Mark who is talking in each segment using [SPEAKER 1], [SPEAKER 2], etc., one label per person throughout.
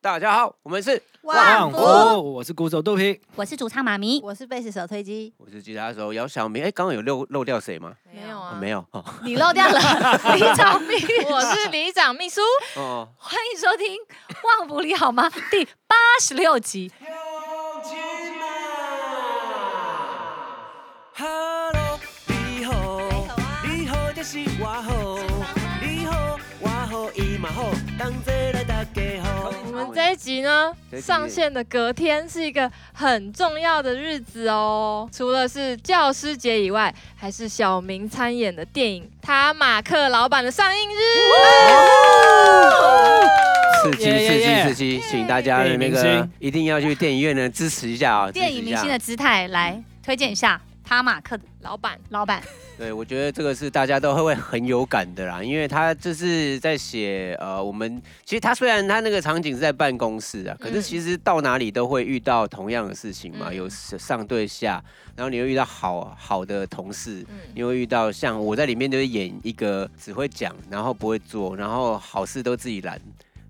[SPEAKER 1] 大家好，我们是，
[SPEAKER 2] 万福
[SPEAKER 3] 我是鼓手肚皮，
[SPEAKER 2] 我是主唱妈咪，
[SPEAKER 4] 我是贝斯手推机，
[SPEAKER 1] 我是吉他手姚小明。哎，刚刚有漏漏掉谁吗？
[SPEAKER 4] 没有
[SPEAKER 1] 哦
[SPEAKER 4] 啊，
[SPEAKER 1] 没有哦
[SPEAKER 4] 你漏掉了李长秘，
[SPEAKER 2] 我
[SPEAKER 4] 我是李长秘书，
[SPEAKER 1] 哦。
[SPEAKER 2] 欢迎收听《旺福里好吗》第八十六集。
[SPEAKER 3] Hello，你好，
[SPEAKER 4] 啊
[SPEAKER 3] 你好就是我好，你好我好伊嘛好，同齐来大家好。
[SPEAKER 4] 我们这一集呢
[SPEAKER 1] 这一集
[SPEAKER 4] 上线的隔天是一个很重要的日子哦，除了是教师节以外，还是小明参演的电影《他马克老板》的上映日。
[SPEAKER 1] 刺激
[SPEAKER 3] Yeah,
[SPEAKER 1] 刺激
[SPEAKER 3] yeah,
[SPEAKER 1] 刺激！请大家
[SPEAKER 3] 电影
[SPEAKER 1] 那
[SPEAKER 3] 明
[SPEAKER 1] 个
[SPEAKER 3] 星
[SPEAKER 1] 一定要去电影院呢支持一下啊！支持
[SPEAKER 2] 电影
[SPEAKER 1] 一
[SPEAKER 2] 明
[SPEAKER 1] 下
[SPEAKER 2] 星的姿态
[SPEAKER 1] 嗯
[SPEAKER 2] 来推荐一下，他马克
[SPEAKER 4] 老板，
[SPEAKER 2] 老板
[SPEAKER 1] 对，我觉得这个是大家都会很有感的啦，因为他就是在写呃，我们其实他虽然他那个场景是在办公室啊，可是
[SPEAKER 4] 嗯
[SPEAKER 1] 其实到哪里都会遇到同样的事情嘛，
[SPEAKER 4] 嗯
[SPEAKER 1] 有上对下，然后你会遇到好好的同事。
[SPEAKER 4] 嗯，
[SPEAKER 1] 你会遇到像我在里面就是演一个只会讲，然后不会做，然后好事都自己揽，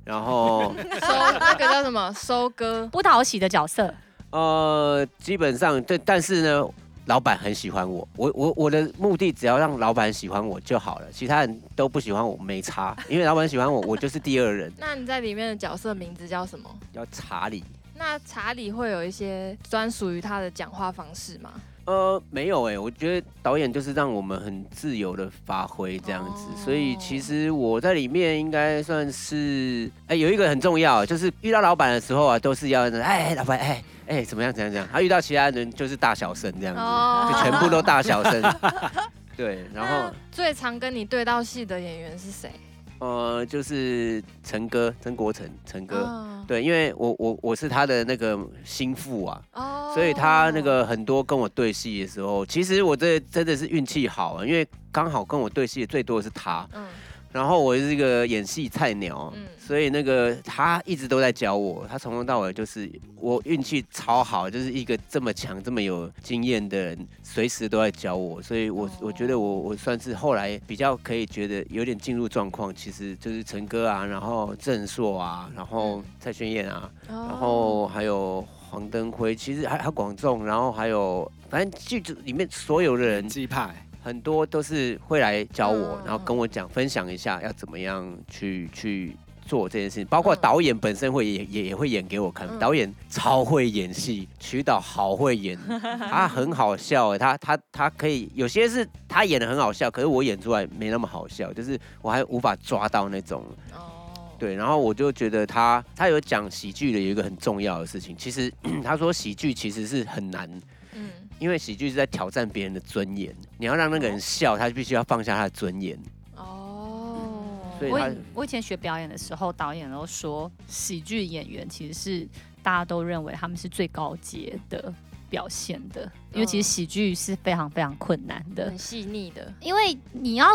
[SPEAKER 1] 然后
[SPEAKER 4] 收那个叫什么 收割，
[SPEAKER 2] 不讨喜的角色，
[SPEAKER 1] 呃，基本上对，但是呢，老板很喜欢我，我我我的目的只要让老板喜欢我就好了，其他人都不喜欢我没差，因为老板喜欢我，我就是第二人，
[SPEAKER 4] 那你在里面的角色名字叫什么？
[SPEAKER 1] 叫查理。
[SPEAKER 4] 那查理会有一些专属于他的讲话方式吗？
[SPEAKER 1] 呃，没有哎、我觉得导演就是让我们很自由的发挥这样子，
[SPEAKER 4] 哦
[SPEAKER 1] 所以其实我在里面应该算是，哎、有一个很重要，就是遇到老板的时候啊，都是要那哎、哎老板哎哎怎么样怎样怎样，他、遇到其他人就是大小声这样子，
[SPEAKER 4] 哦
[SPEAKER 1] 就全部都大小声，对，然后
[SPEAKER 4] 那。最常跟你对到戏的演员是谁？
[SPEAKER 1] 呃，就是陈哥，曾国成，陈哥。
[SPEAKER 4] 哦
[SPEAKER 1] 对，因为我我我是他的那个心腹啊，
[SPEAKER 4] 哦
[SPEAKER 1] 所以他那个很多跟我对戏的时候，其实我这真的是运气好啊，因为刚好跟我对戏的最多的是他，
[SPEAKER 4] 嗯
[SPEAKER 1] 然后我是一个演戏菜鸟，
[SPEAKER 4] 嗯
[SPEAKER 1] 所以那个他一直都在教我，他从头到尾就是我运气超好，就是一个这么强、这么有经验的人，随时都在教我，所以我、
[SPEAKER 4] 哦
[SPEAKER 1] 我觉得我我算是后来比较可以觉得有点进入状况，其实就是陈哥啊，然后郑硕啊，然后
[SPEAKER 4] 嗯
[SPEAKER 1] 蔡宣燕啊，
[SPEAKER 4] 哦
[SPEAKER 1] 然后还有黄登辉，其实还还有广仲，然后还有反正剧组里面所有的人
[SPEAKER 3] 鸡排，
[SPEAKER 1] 很多都是会来找我，
[SPEAKER 4] 嗯
[SPEAKER 1] 然后跟我讲分享一下要怎么样去去做这件事情，包括
[SPEAKER 4] 嗯
[SPEAKER 1] 导演本身会也也也会演给我看，
[SPEAKER 4] 嗯
[SPEAKER 1] 导演超会演戏，曲导好会 演，他很好笑欸，他他他可以有些是他演的很好笑，可是我演出来没那么好笑，就是我还无法抓到那种。
[SPEAKER 4] 哦，
[SPEAKER 1] 对，然后我就觉得他他有讲喜剧的有一个很重要的事情，其实 他说喜剧其实是很难
[SPEAKER 4] 嗯
[SPEAKER 1] 因为喜剧是在挑战别人的尊严，你要让那个人笑，他就必须要放下他的尊严。
[SPEAKER 4] 哦，
[SPEAKER 1] 所以
[SPEAKER 3] 我
[SPEAKER 2] 我
[SPEAKER 1] 他
[SPEAKER 2] 以我以前学表演的时候，导演都说喜剧演员其实是大家都认为他们是最高阶的表现的，因为其实喜剧是非常非常困难的
[SPEAKER 4] 很，细腻的，
[SPEAKER 2] 因为你要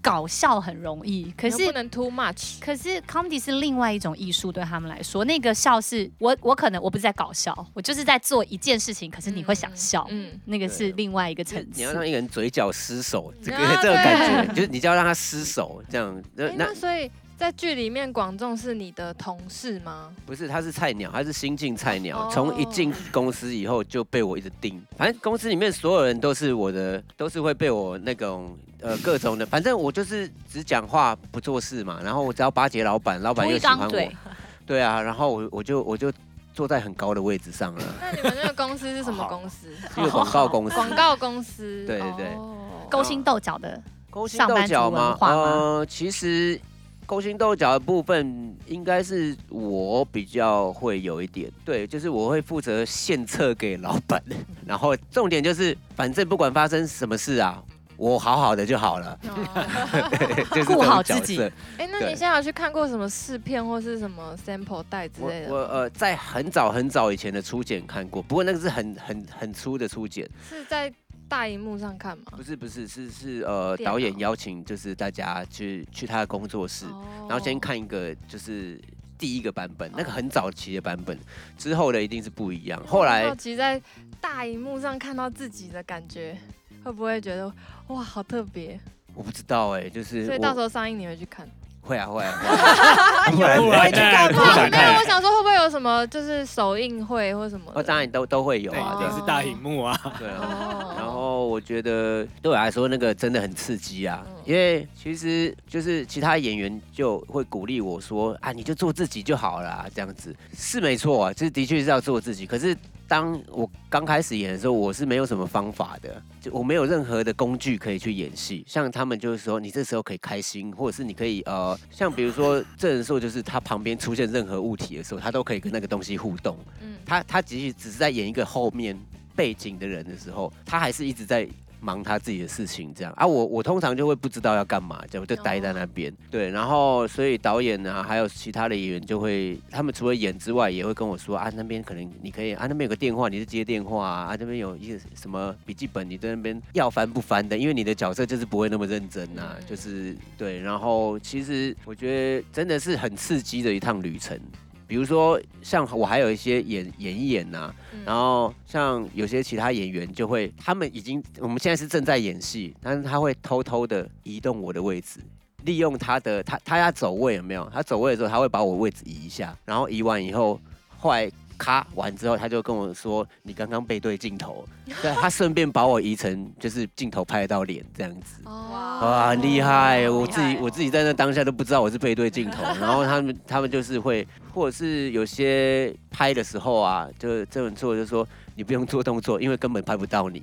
[SPEAKER 2] 搞笑很容易，可
[SPEAKER 4] 你又
[SPEAKER 2] 是
[SPEAKER 4] 不能 too much，
[SPEAKER 2] 可是 comedy 是另外一种艺术，对他们来说，那个笑是我我可能我不是在搞笑，我就是在做一件事情，可是你会想笑，
[SPEAKER 4] 嗯，
[SPEAKER 2] 那个是另外一个层
[SPEAKER 1] 你要让
[SPEAKER 2] 次。
[SPEAKER 1] 一个人嘴角失手，这个
[SPEAKER 4] 啊
[SPEAKER 1] 这个感觉，
[SPEAKER 4] 对
[SPEAKER 1] 就是你就要让他失手，这样。那
[SPEAKER 4] 诶
[SPEAKER 1] 那
[SPEAKER 4] 那所以在剧里面，广仲是你的同事吗？
[SPEAKER 1] 不是他是菜鸟，他是新进菜鸟，
[SPEAKER 4] 哦
[SPEAKER 1] 从一进公司以后就被我一直盯。反正公司里面所有人都是我的，都是会被我那种呃各种的，反正我就是只讲话不做事嘛。然后我只要巴结老板，老板
[SPEAKER 2] 出
[SPEAKER 1] 又
[SPEAKER 2] 一
[SPEAKER 1] 喜欢
[SPEAKER 2] 张
[SPEAKER 1] 我
[SPEAKER 2] 嘴，，
[SPEAKER 1] 对啊。然后我我就我就坐在很高的位置上 了，
[SPEAKER 4] 那你们那个公司是什么公司？
[SPEAKER 1] 是一个广告公司。
[SPEAKER 4] 广告公司，
[SPEAKER 1] 对对对
[SPEAKER 4] 哦
[SPEAKER 2] 勾
[SPEAKER 1] 啊
[SPEAKER 2] 心斗角的，
[SPEAKER 1] 勾心斗角吗？呃，其实勾心斗角的部分应该是我比较会有一点，对，就是我会负责献策给老板，然后重点就是，反正不管发生什么事啊，我好好的就好了，
[SPEAKER 4] 哦
[SPEAKER 1] 就是这
[SPEAKER 2] 顾好
[SPEAKER 1] 种
[SPEAKER 2] 自
[SPEAKER 1] 角
[SPEAKER 2] 己
[SPEAKER 1] 色。
[SPEAKER 4] 哎，那
[SPEAKER 1] 对
[SPEAKER 4] 你现在有去看过什么试片或是什么 sample 带之
[SPEAKER 1] 我
[SPEAKER 4] 类的
[SPEAKER 1] 我
[SPEAKER 4] 吗？
[SPEAKER 1] 呃，在很早很早以前的初检看过，不过那个是很很很粗的初检，
[SPEAKER 4] 是在大荧幕上看吗？
[SPEAKER 1] 不是不是是是呃
[SPEAKER 4] 电脑
[SPEAKER 1] 导演邀请就是大家去去他的工作室，
[SPEAKER 4] 哦
[SPEAKER 1] 然后先看一个就是第一个版本，那个很早期的版本，之后的一定是不一
[SPEAKER 4] 哦
[SPEAKER 1] 样。后来
[SPEAKER 4] 好奇在大荧幕上看到自己的感觉，会不会觉得哇好特别？
[SPEAKER 1] 我不知道哎、就
[SPEAKER 4] 所
[SPEAKER 1] 是
[SPEAKER 4] 以到时
[SPEAKER 1] 我
[SPEAKER 4] 候上映你会去看？哦
[SPEAKER 1] 会啊会啊，会啊
[SPEAKER 5] 不然
[SPEAKER 3] 不然
[SPEAKER 4] 没
[SPEAKER 5] 不然不想
[SPEAKER 4] 有，我
[SPEAKER 5] 看，
[SPEAKER 4] 想说会不会有什么就是首映会或什么的？
[SPEAKER 1] 哦当然都都会有
[SPEAKER 5] 对，
[SPEAKER 1] 啊，
[SPEAKER 5] 一定
[SPEAKER 1] 对
[SPEAKER 5] 是大荧幕啊，
[SPEAKER 1] 对啊。
[SPEAKER 4] 哦。
[SPEAKER 1] 然后我觉得对我来说，那个真的很刺激啊，因为其实就是其他演员就会鼓励我说啊，你就做自己就好了啊、这样子是没错啊，这的确是要做自己。可是当我刚开始演的时候，我是没有什么方法的，就我没有任何的工具可以去演戏。像他们就是说，你这时候可以开心，或者是你可以呃，像比如说郑人硕，就是他旁边出现任何物体的时候，他都可以跟那个东西互动。
[SPEAKER 4] 嗯
[SPEAKER 1] 他他即使只是在演一个后面背景的人的时候，他还是一直在忙他自己的事情这样啊。我我通常就会不知道要干嘛，这样我就待在那边。对，然后所以导演啊，还有其他的演员就会，他们除了演之外，也会跟我说啊，那边可能你可以啊，那边有个电话，你就接电话啊，啊那边有一个什么笔记本，你在那边要翻不翻的，因为你的角色就是不会那么认真啊，
[SPEAKER 4] 嗯
[SPEAKER 1] 就是对。然后其实我觉得真的是很刺激的一趟旅程。比如说，像我还有一些演演一演呐、
[SPEAKER 4] 嗯
[SPEAKER 1] 然后像有些其他演员就会，他们已经我们现在是正在演戏，但是他会偷偷的移动我的位置，利用他的他他要走位有没有？他走位的时候，他会把我位置移一下，然后移完以后，后来咔完之后，他就跟我说：“你刚刚背对镜头。”对，他顺便把我移成就是镜头拍得到脸这样子。
[SPEAKER 4] 哦
[SPEAKER 1] 哇，很厉害！我自己
[SPEAKER 2] 哦
[SPEAKER 1] 我自己在那当下都不知道我是背对镜 头，然后他们他们就是会，或者是有些拍的时候啊，就是这种做就说你不用做动作，因为根本拍不到 你。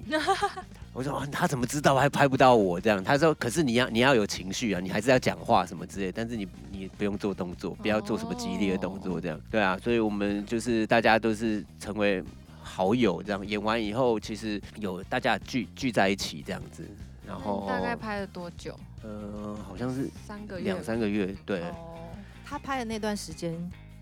[SPEAKER 1] 我说、哦、他怎么知道还拍不到我这样？他说可是你要你要有情绪啊，你还是要讲话什么之类，但是你你不用做动作，不要做什么激烈的动作这样。对啊，所以我们就是大家都是成为好友这样，演完以后其实有大家聚聚在一起这样子。然后
[SPEAKER 4] 大概拍了多久？
[SPEAKER 1] 呃，好像是
[SPEAKER 4] 三个月吧。
[SPEAKER 1] 两三个月，对。
[SPEAKER 4] 哦，
[SPEAKER 6] 他拍的那段时间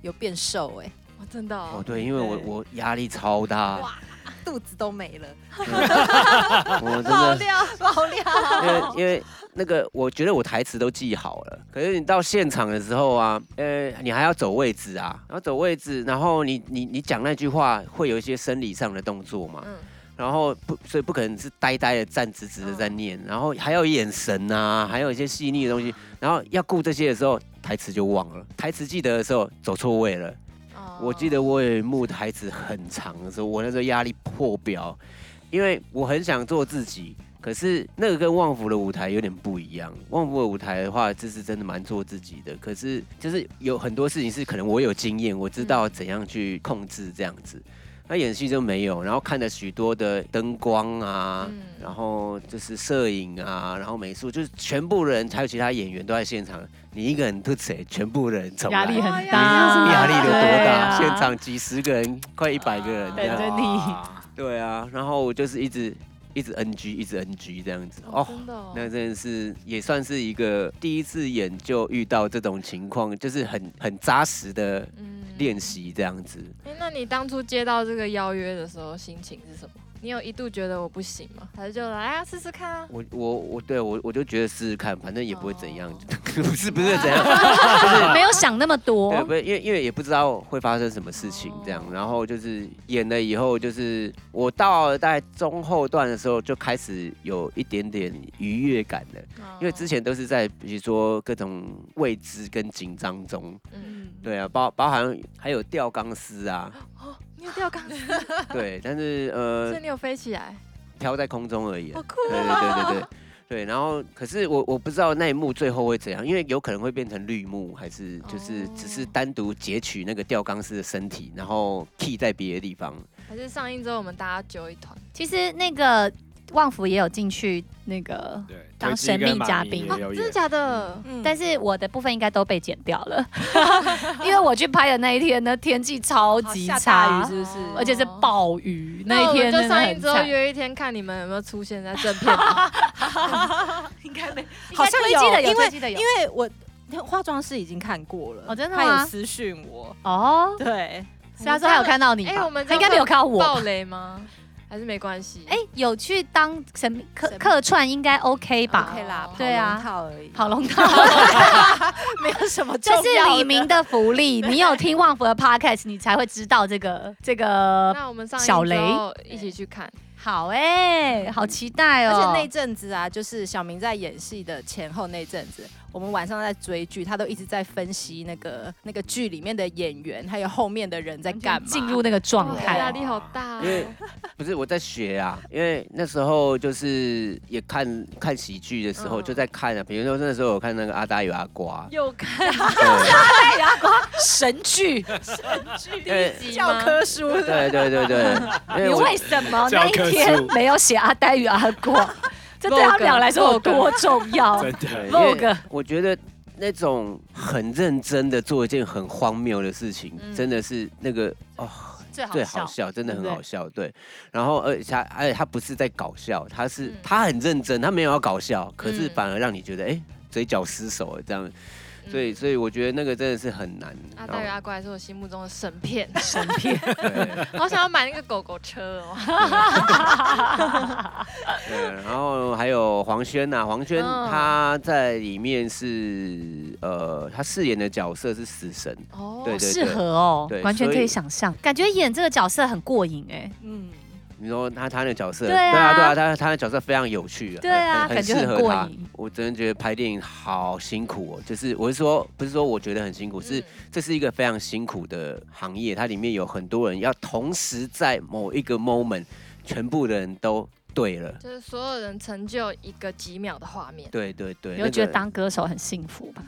[SPEAKER 6] 有变瘦哎、
[SPEAKER 4] 哇真的
[SPEAKER 1] 哦
[SPEAKER 4] 哦，。
[SPEAKER 1] 对，因为我
[SPEAKER 6] 对
[SPEAKER 1] 我压力超大，
[SPEAKER 6] 肚子都没了，
[SPEAKER 1] 我真的，
[SPEAKER 6] 爆料爆料，
[SPEAKER 1] 因为因为那个，我觉得我台词都记好了，可是你到现场的时候啊，呃，你还要走位置啊，然后走位置，然后你你你讲那句话会有一些生理上的动作嘛，
[SPEAKER 4] 嗯
[SPEAKER 1] 然后不，所以不可能是呆呆的站直直的在念，然后还要眼神啊，还有一些细腻的东西，然后要顾这些的时候，台词就忘了，台词记得的时候走错位了。
[SPEAKER 4] 哦
[SPEAKER 1] 我记得我有一幕台词很长的时候，我那时候压力破表，因为我很想做自己，可是那个跟旺福的舞台有点不一样。旺福的舞台的话，就是真的蛮做自己的，可是就是有很多事情是可能我有经验，我知道怎样去控制这样子。
[SPEAKER 2] 嗯
[SPEAKER 1] 那演戏就没有，然后看了许多的灯光啊，
[SPEAKER 4] 嗯
[SPEAKER 1] 然后就是摄影啊，然后美术，就是全部人还有其他演员都在现场，你一个人都 谁，全部人重
[SPEAKER 2] 压
[SPEAKER 1] 来
[SPEAKER 2] 力很
[SPEAKER 4] 哇压力
[SPEAKER 2] 大，
[SPEAKER 5] 啊
[SPEAKER 1] 压力有多
[SPEAKER 2] 对
[SPEAKER 1] 大？
[SPEAKER 2] 啊
[SPEAKER 1] 现场几十个人，快一百个人这
[SPEAKER 2] 等
[SPEAKER 1] 样。
[SPEAKER 2] 着你。
[SPEAKER 1] 对啊，然后我就是一直一直 NG，一直 NG 这样子。
[SPEAKER 4] 哦
[SPEAKER 1] 哦，
[SPEAKER 4] 真的哦
[SPEAKER 1] 那真的是也算是一个第一次演就遇到这种情况，就是很很扎实的
[SPEAKER 4] 嗯
[SPEAKER 1] 练习这样子。
[SPEAKER 4] 诶哎那你当初接到这个邀约的时候，心情是什么？你有一度觉得我不行吗？还是就来啊试试看啊？
[SPEAKER 1] 我我我对我我就觉得试试看，反正也不会怎样
[SPEAKER 4] 哦，
[SPEAKER 1] 不是不是怎样，
[SPEAKER 2] 没有想那么
[SPEAKER 1] 啊对，
[SPEAKER 2] 多
[SPEAKER 1] 不，是因为因为也不知道会发生什么事情这样，
[SPEAKER 4] 哦
[SPEAKER 1] 然后就是演了以后，就是我到了大概中后段的时候，就开始有一点点愉悦感了，因
[SPEAKER 4] 哦
[SPEAKER 1] 为之前都是在比如说各种未知跟紧张中，
[SPEAKER 4] 嗯，
[SPEAKER 1] 对啊，包包含还有吊钢丝啊，
[SPEAKER 4] 你有吊钢丝，
[SPEAKER 1] 对，但是
[SPEAKER 4] 所
[SPEAKER 1] 呃
[SPEAKER 4] 以你有飞起来，
[SPEAKER 1] 飘在空中而已啊，
[SPEAKER 4] 好酷
[SPEAKER 1] 对
[SPEAKER 4] 啊！
[SPEAKER 1] 对对对对。对，然后可是我我不知道那一幕最后会怎样，因为有可能会变成绿幕，还是就是
[SPEAKER 4] 哦
[SPEAKER 1] 只是单独截取那个吊钢丝的身体，然后 key 在别的地方。
[SPEAKER 4] 还是上映之后我们大家揪一团，
[SPEAKER 2] 其实那个旺福也有进去那个，
[SPEAKER 5] 对，
[SPEAKER 2] 当神秘嘉宾
[SPEAKER 5] 推机跟马尼也有
[SPEAKER 4] 哦真的
[SPEAKER 5] 演
[SPEAKER 4] 假的？
[SPEAKER 6] 嗯
[SPEAKER 2] 但是我的部分应该都被剪掉了， 因为我去拍的那一天呢，天气超级
[SPEAKER 6] 好下
[SPEAKER 2] 差
[SPEAKER 6] 大雨
[SPEAKER 2] 雨，
[SPEAKER 6] 是不是？
[SPEAKER 2] 而且是暴雨，
[SPEAKER 4] 哦那
[SPEAKER 2] 那一
[SPEAKER 4] 我
[SPEAKER 2] 天
[SPEAKER 4] 们就
[SPEAKER 2] 真的
[SPEAKER 4] 上映
[SPEAKER 2] 很
[SPEAKER 4] 之后
[SPEAKER 2] 惨。
[SPEAKER 4] 约一天，看你们有没有出现在正片吧。
[SPEAKER 6] 应该没，
[SPEAKER 2] 应
[SPEAKER 6] 好
[SPEAKER 2] 该
[SPEAKER 6] 像
[SPEAKER 2] 推
[SPEAKER 6] 有
[SPEAKER 2] 机的有，
[SPEAKER 6] 因
[SPEAKER 2] 推
[SPEAKER 6] 为
[SPEAKER 2] 机的有
[SPEAKER 6] 因，为我那化妆师已经看过了，
[SPEAKER 2] 哦真的吗
[SPEAKER 6] 他有私讯我，
[SPEAKER 2] 哦，啊
[SPEAKER 6] 对，
[SPEAKER 2] 所以他说他有看到你吧，
[SPEAKER 4] 哎我们
[SPEAKER 2] 他应该没有看到我吧，
[SPEAKER 4] 暴雷吗？还是没关系。
[SPEAKER 5] 哎、有去当神秘客
[SPEAKER 6] 神秘
[SPEAKER 5] 客串应该 OK 吧？
[SPEAKER 6] OK 啦，
[SPEAKER 5] 对啊
[SPEAKER 6] 跑龙套而已，
[SPEAKER 5] 好龙套，
[SPEAKER 6] 没有什么重
[SPEAKER 5] 这
[SPEAKER 6] 要的。
[SPEAKER 5] 是李明的福利，你有听旺福的 podcast，你才会知道这个这个。
[SPEAKER 4] 那我们上
[SPEAKER 5] 小
[SPEAKER 4] 映之
[SPEAKER 5] 雷
[SPEAKER 4] 后一起去看。
[SPEAKER 5] 好哎、好期待
[SPEAKER 6] 而
[SPEAKER 5] 哦！
[SPEAKER 6] 且那阵子啊，就是小明在演戏的前后那阵子，我们晚上在追剧，他都一直在分析那个那个剧里面的演员，还有后面的人在干嘛。
[SPEAKER 5] 进入那个状
[SPEAKER 4] 哇
[SPEAKER 5] 态
[SPEAKER 4] 压，力好大、
[SPEAKER 1] 因为
[SPEAKER 4] 哦。
[SPEAKER 1] 不是我在学啊，因为那时候就是也看看喜剧的时候
[SPEAKER 4] 嗯，
[SPEAKER 1] 就在看啊，比如说那时候我看那个阿达与阿瓜
[SPEAKER 4] 又看
[SPEAKER 1] 对
[SPEAKER 6] 神剧
[SPEAKER 1] 因为
[SPEAKER 4] 第一集
[SPEAKER 6] 教
[SPEAKER 4] 吗？
[SPEAKER 6] 科书
[SPEAKER 1] 对
[SPEAKER 6] 的，
[SPEAKER 1] 对对对， 因
[SPEAKER 5] 你
[SPEAKER 1] 为我
[SPEAKER 5] 为什么那
[SPEAKER 7] 教
[SPEAKER 5] 一
[SPEAKER 7] 科
[SPEAKER 5] 天
[SPEAKER 7] 书
[SPEAKER 5] 没有写阿呆与阿果？这对他们俩来说有多重要？
[SPEAKER 7] 真的
[SPEAKER 1] 对，
[SPEAKER 5] Vogue
[SPEAKER 1] 因为我觉得那种很认真的做一件很荒谬的事情，
[SPEAKER 4] 嗯
[SPEAKER 1] 真的是那个哦
[SPEAKER 5] 最
[SPEAKER 1] 最好笑，真的很
[SPEAKER 5] 对不对
[SPEAKER 1] 好笑。对，然后而且他而且他不是在搞笑，他是、
[SPEAKER 4] 嗯
[SPEAKER 1] 他很认真，他没有要搞笑，可是
[SPEAKER 4] 嗯
[SPEAKER 1] 反而让你觉得哎、嘴角失手了这样。
[SPEAKER 4] 嗯啊
[SPEAKER 1] 所以所以我觉得那个真的是很难。
[SPEAKER 4] 阿
[SPEAKER 1] 然后
[SPEAKER 4] 呆 与阿怪是我心目中的神片，
[SPEAKER 5] 神 片，
[SPEAKER 1] 对
[SPEAKER 4] 好想要买那个狗狗车哦。
[SPEAKER 1] 啊对，然后还有黄轩呐、黄轩
[SPEAKER 4] 嗯
[SPEAKER 1] 他在里面是呃，他饰演的角色是死神，
[SPEAKER 4] 哦，
[SPEAKER 1] 对对
[SPEAKER 5] 适合哦
[SPEAKER 1] 对，
[SPEAKER 5] 完全
[SPEAKER 1] 所
[SPEAKER 5] 可
[SPEAKER 1] 以
[SPEAKER 5] 以想象，感觉演这个角色很过瘾哎。
[SPEAKER 6] 嗯，
[SPEAKER 1] 你说他他的角色，
[SPEAKER 5] 对啊
[SPEAKER 1] 对啊，对啊，他他的角色非常有趣，
[SPEAKER 5] 对啊
[SPEAKER 1] 很
[SPEAKER 5] 感觉很
[SPEAKER 1] 适合他
[SPEAKER 5] 过瘾
[SPEAKER 1] 我真的觉得拍电影好辛苦哦，就是我是说，不是说我觉得很辛苦，
[SPEAKER 5] 嗯
[SPEAKER 4] 嗯
[SPEAKER 1] 是这是一个非常辛苦的行业，它里面有很多人要同时在某一个 moment，全部的人都对了，
[SPEAKER 4] 就是所有人成就一个几秒的画面。
[SPEAKER 1] 对对对，
[SPEAKER 5] 你会觉得
[SPEAKER 1] 那个
[SPEAKER 5] 当歌手很幸福吧？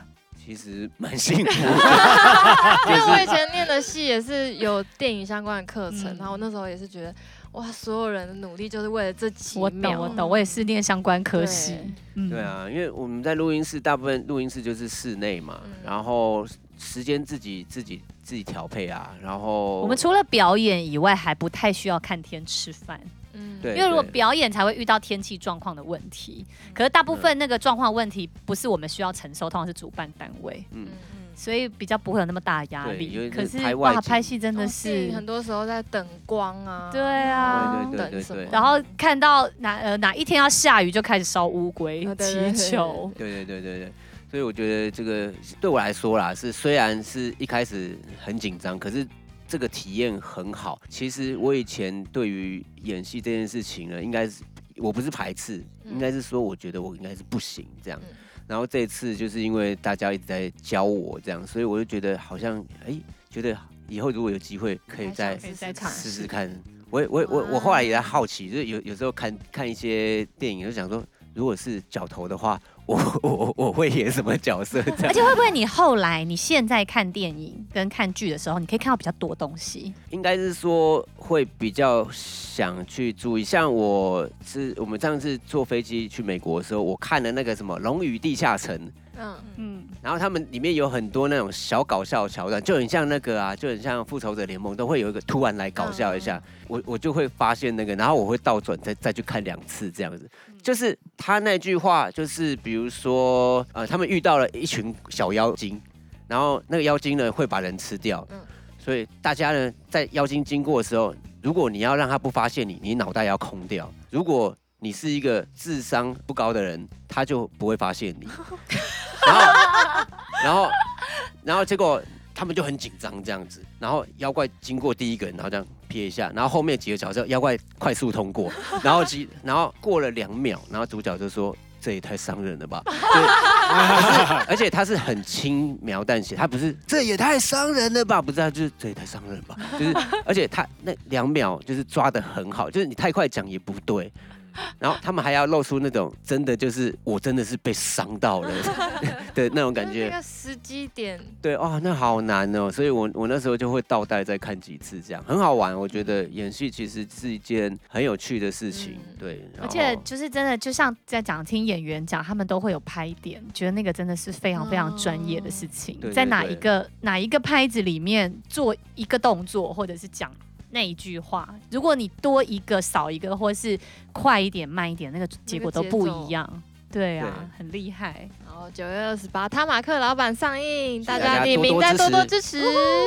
[SPEAKER 1] 其实蛮辛苦 的，
[SPEAKER 4] 因为我以前念的戏也是有电影相关的课程，
[SPEAKER 5] 嗯
[SPEAKER 4] 然后我那时候也是觉得，哇，所有人的努力就是为了这几
[SPEAKER 5] 我懂，
[SPEAKER 4] 秒。
[SPEAKER 5] 我懂，我也是念相关科系
[SPEAKER 4] 对。
[SPEAKER 5] 嗯
[SPEAKER 1] 对，啊，因为我们在录音室，大部分录音室就是室内嘛，
[SPEAKER 4] 嗯
[SPEAKER 1] 然后时间自己自己自己调配啊，然后
[SPEAKER 5] 我们除了表演以外，还不太需要看天吃饭，
[SPEAKER 4] 嗯
[SPEAKER 1] 对
[SPEAKER 5] 因为如果表演才会遇到天气状况的问题。
[SPEAKER 4] 嗯
[SPEAKER 5] 可是大部分那个状况问题不是我们需要承受，通常是主办单位，
[SPEAKER 1] 嗯
[SPEAKER 5] 所以比较不会有那么大压
[SPEAKER 1] 对
[SPEAKER 5] 力。
[SPEAKER 1] 尤其
[SPEAKER 5] 可
[SPEAKER 1] 是
[SPEAKER 5] 是
[SPEAKER 1] 拍外
[SPEAKER 5] 哇，
[SPEAKER 1] 景
[SPEAKER 5] 拍戏真的
[SPEAKER 4] 电
[SPEAKER 5] 是
[SPEAKER 4] 哦影很多时候在等光啊，
[SPEAKER 5] 对啊
[SPEAKER 1] 对对对
[SPEAKER 4] 等什么嗯
[SPEAKER 1] 对对
[SPEAKER 5] 然后看到哪呃哪一天要下雨就开始烧乌龟、
[SPEAKER 4] 啊对对
[SPEAKER 5] 祈求，
[SPEAKER 1] 对对对对对，所以我觉得这个对我来说啦，是虽然是一开始很紧张，可是这个体验很好。其实我以前对于演戏这件事情呢，应该是我不是排斥，
[SPEAKER 4] 嗯
[SPEAKER 1] 应该是说我觉得我应该是不行这样
[SPEAKER 4] 嗯。
[SPEAKER 1] 然后这次就是因为大家一直在教我这样，所以我就觉得好像哎，觉得以后如果有机会可以再
[SPEAKER 4] 还想
[SPEAKER 5] 再
[SPEAKER 4] 看
[SPEAKER 1] 试试看。我也我也我我后来也在好奇，就是有有时候看看一些电影，就想说，如果是角头的话，我我我我会演什么角色这
[SPEAKER 5] 而
[SPEAKER 1] 样？
[SPEAKER 5] 且会不会你后来你现在看电影跟看剧的时候，你可以看到比较多东西？
[SPEAKER 1] 应该是说会比较想去注意。像我是我们上次坐飞机去美国的时候，我看了那个什么《龙与地下城》，
[SPEAKER 4] 嗯，
[SPEAKER 5] 嗯，
[SPEAKER 1] 然后他们里面有很多那种小搞笑的桥段，就很像那个啊，就很像《复仇者联盟》，都会有一个突然来搞笑一下，我我就会发现那个，然后我会倒转再再去看两次这样子。就是他那句话，就是比如说，呃，他们遇到了一群小妖精，然后那个妖精呢会把人吃掉
[SPEAKER 4] 嗯，
[SPEAKER 1] 所以大家呢在妖精经过的时候，如果你要让他不发现你，你脑袋要空掉。如果你是一个智商不高的人，他就不会发现你。然后，然后，然后结果他们就很紧张这样子。然后妖怪经过第一个人，然后这样瞥一下，然后后面几个角色妖怪快速通过，然后几，然后过了两秒，然后主角就说。这也太伤人了 吧！对而且他是很轻描淡写，他不是这也太伤人了吧？不是，他啊就是这也太伤人了吧？就是，而且他那两秒就是抓的很好，就是你太快讲也不对，然后他们还要露出那种真的就是我真的是被伤到了 的那种感
[SPEAKER 4] 就是那
[SPEAKER 1] 觉。
[SPEAKER 4] 个时机点，
[SPEAKER 1] 对哦，那好难哦，所以我我那时候就会倒带再看几次，这样很好玩。我觉得演戏其实是一件很有趣的事情，
[SPEAKER 4] 嗯
[SPEAKER 1] 对。然
[SPEAKER 5] 而且
[SPEAKER 1] 后
[SPEAKER 5] 就是真的，就像在讲听演员讲，他们都会有拍点，觉得那个真的是非常非常专业的事情，
[SPEAKER 1] 哦对对
[SPEAKER 5] 在哪
[SPEAKER 1] 对
[SPEAKER 5] 一个哪一个拍子里面做一个动作，或者是讲那一句话，如果你多一个少一个，或是快一点慢一点，那个结果都不一样。对啊，
[SPEAKER 1] 对
[SPEAKER 5] 很厉害。
[SPEAKER 4] 然后九月二十八，他马克老板上映，大
[SPEAKER 1] 大
[SPEAKER 4] 家
[SPEAKER 1] 家
[SPEAKER 4] 李
[SPEAKER 1] 多
[SPEAKER 4] 明
[SPEAKER 1] 多
[SPEAKER 4] 再
[SPEAKER 1] 支
[SPEAKER 4] 多多
[SPEAKER 1] 持
[SPEAKER 4] 支持。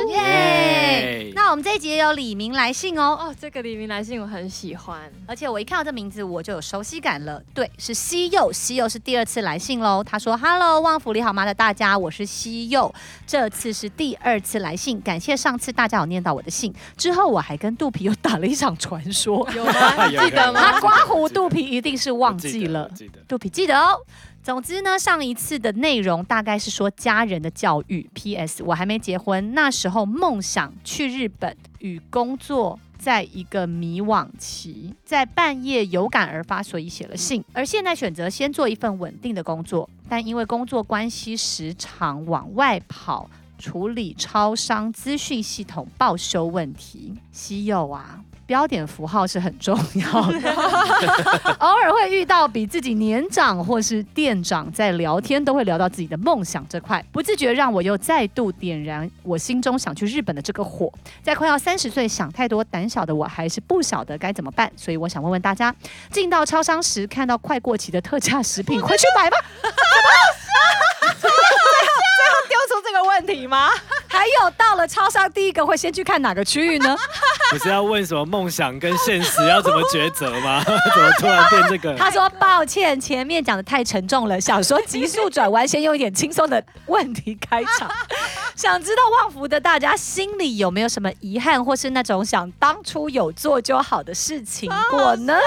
[SPEAKER 5] 耶！那我们这一集也有李明来信哦，
[SPEAKER 4] 哦，这个黎明来信我很喜欢，
[SPEAKER 5] 而且我一看到这名字我就有熟悉感了。对，是西柚，西柚是第二次来信喽。他说：“Hello，旺福利好吗的大家，我是西柚，这次是第二次来信，感谢上次大家有念到我的信。之后我还跟肚皮又打了一场传 说，
[SPEAKER 4] 有吗？
[SPEAKER 7] 有
[SPEAKER 4] 记得
[SPEAKER 7] 有
[SPEAKER 4] 吗
[SPEAKER 5] 他
[SPEAKER 7] 有？
[SPEAKER 5] 刮胡肚皮一定是忘
[SPEAKER 7] 记
[SPEAKER 5] 记
[SPEAKER 7] 得
[SPEAKER 5] 了。”
[SPEAKER 7] 记得
[SPEAKER 5] 肚皮记得哦。总之呢，上一次的内容大概是说家人的教育。P.S. 我还没结婚，那时候梦想去日本与工作。在一个迷惘期，在半夜有感而发，所以写了信。而现在选择先做一份稳定的工作，但因为工作关系时常往外跑，处理超商资讯系统报修问题。稀有啊，标点符号是很重要的。 偶尔会遇到比自己年长或是店长在聊天，都会聊到自己的梦想这块，不自觉让我又再度点燃我心中想去日本的这个火。在快要三十岁想太多胆小的我，还是不晓得该怎么办，所以我想问问大家，进到超商时看到快过期的特价食品，回去买吧。 丢出这个问题吗？ 还有，到了超商第一个会先去看哪个区域呢？
[SPEAKER 7] 不是要问什么梦想跟现实要怎么抉择吗？ 怎么突然变这 个？
[SPEAKER 5] 他说：“抱歉，前面讲的太沉重了，想说急速转弯，先用一点轻松的问题开场。想知道旺福的大家心里有没有什么遗憾，或是那种想当初有做就好的事情过呢？”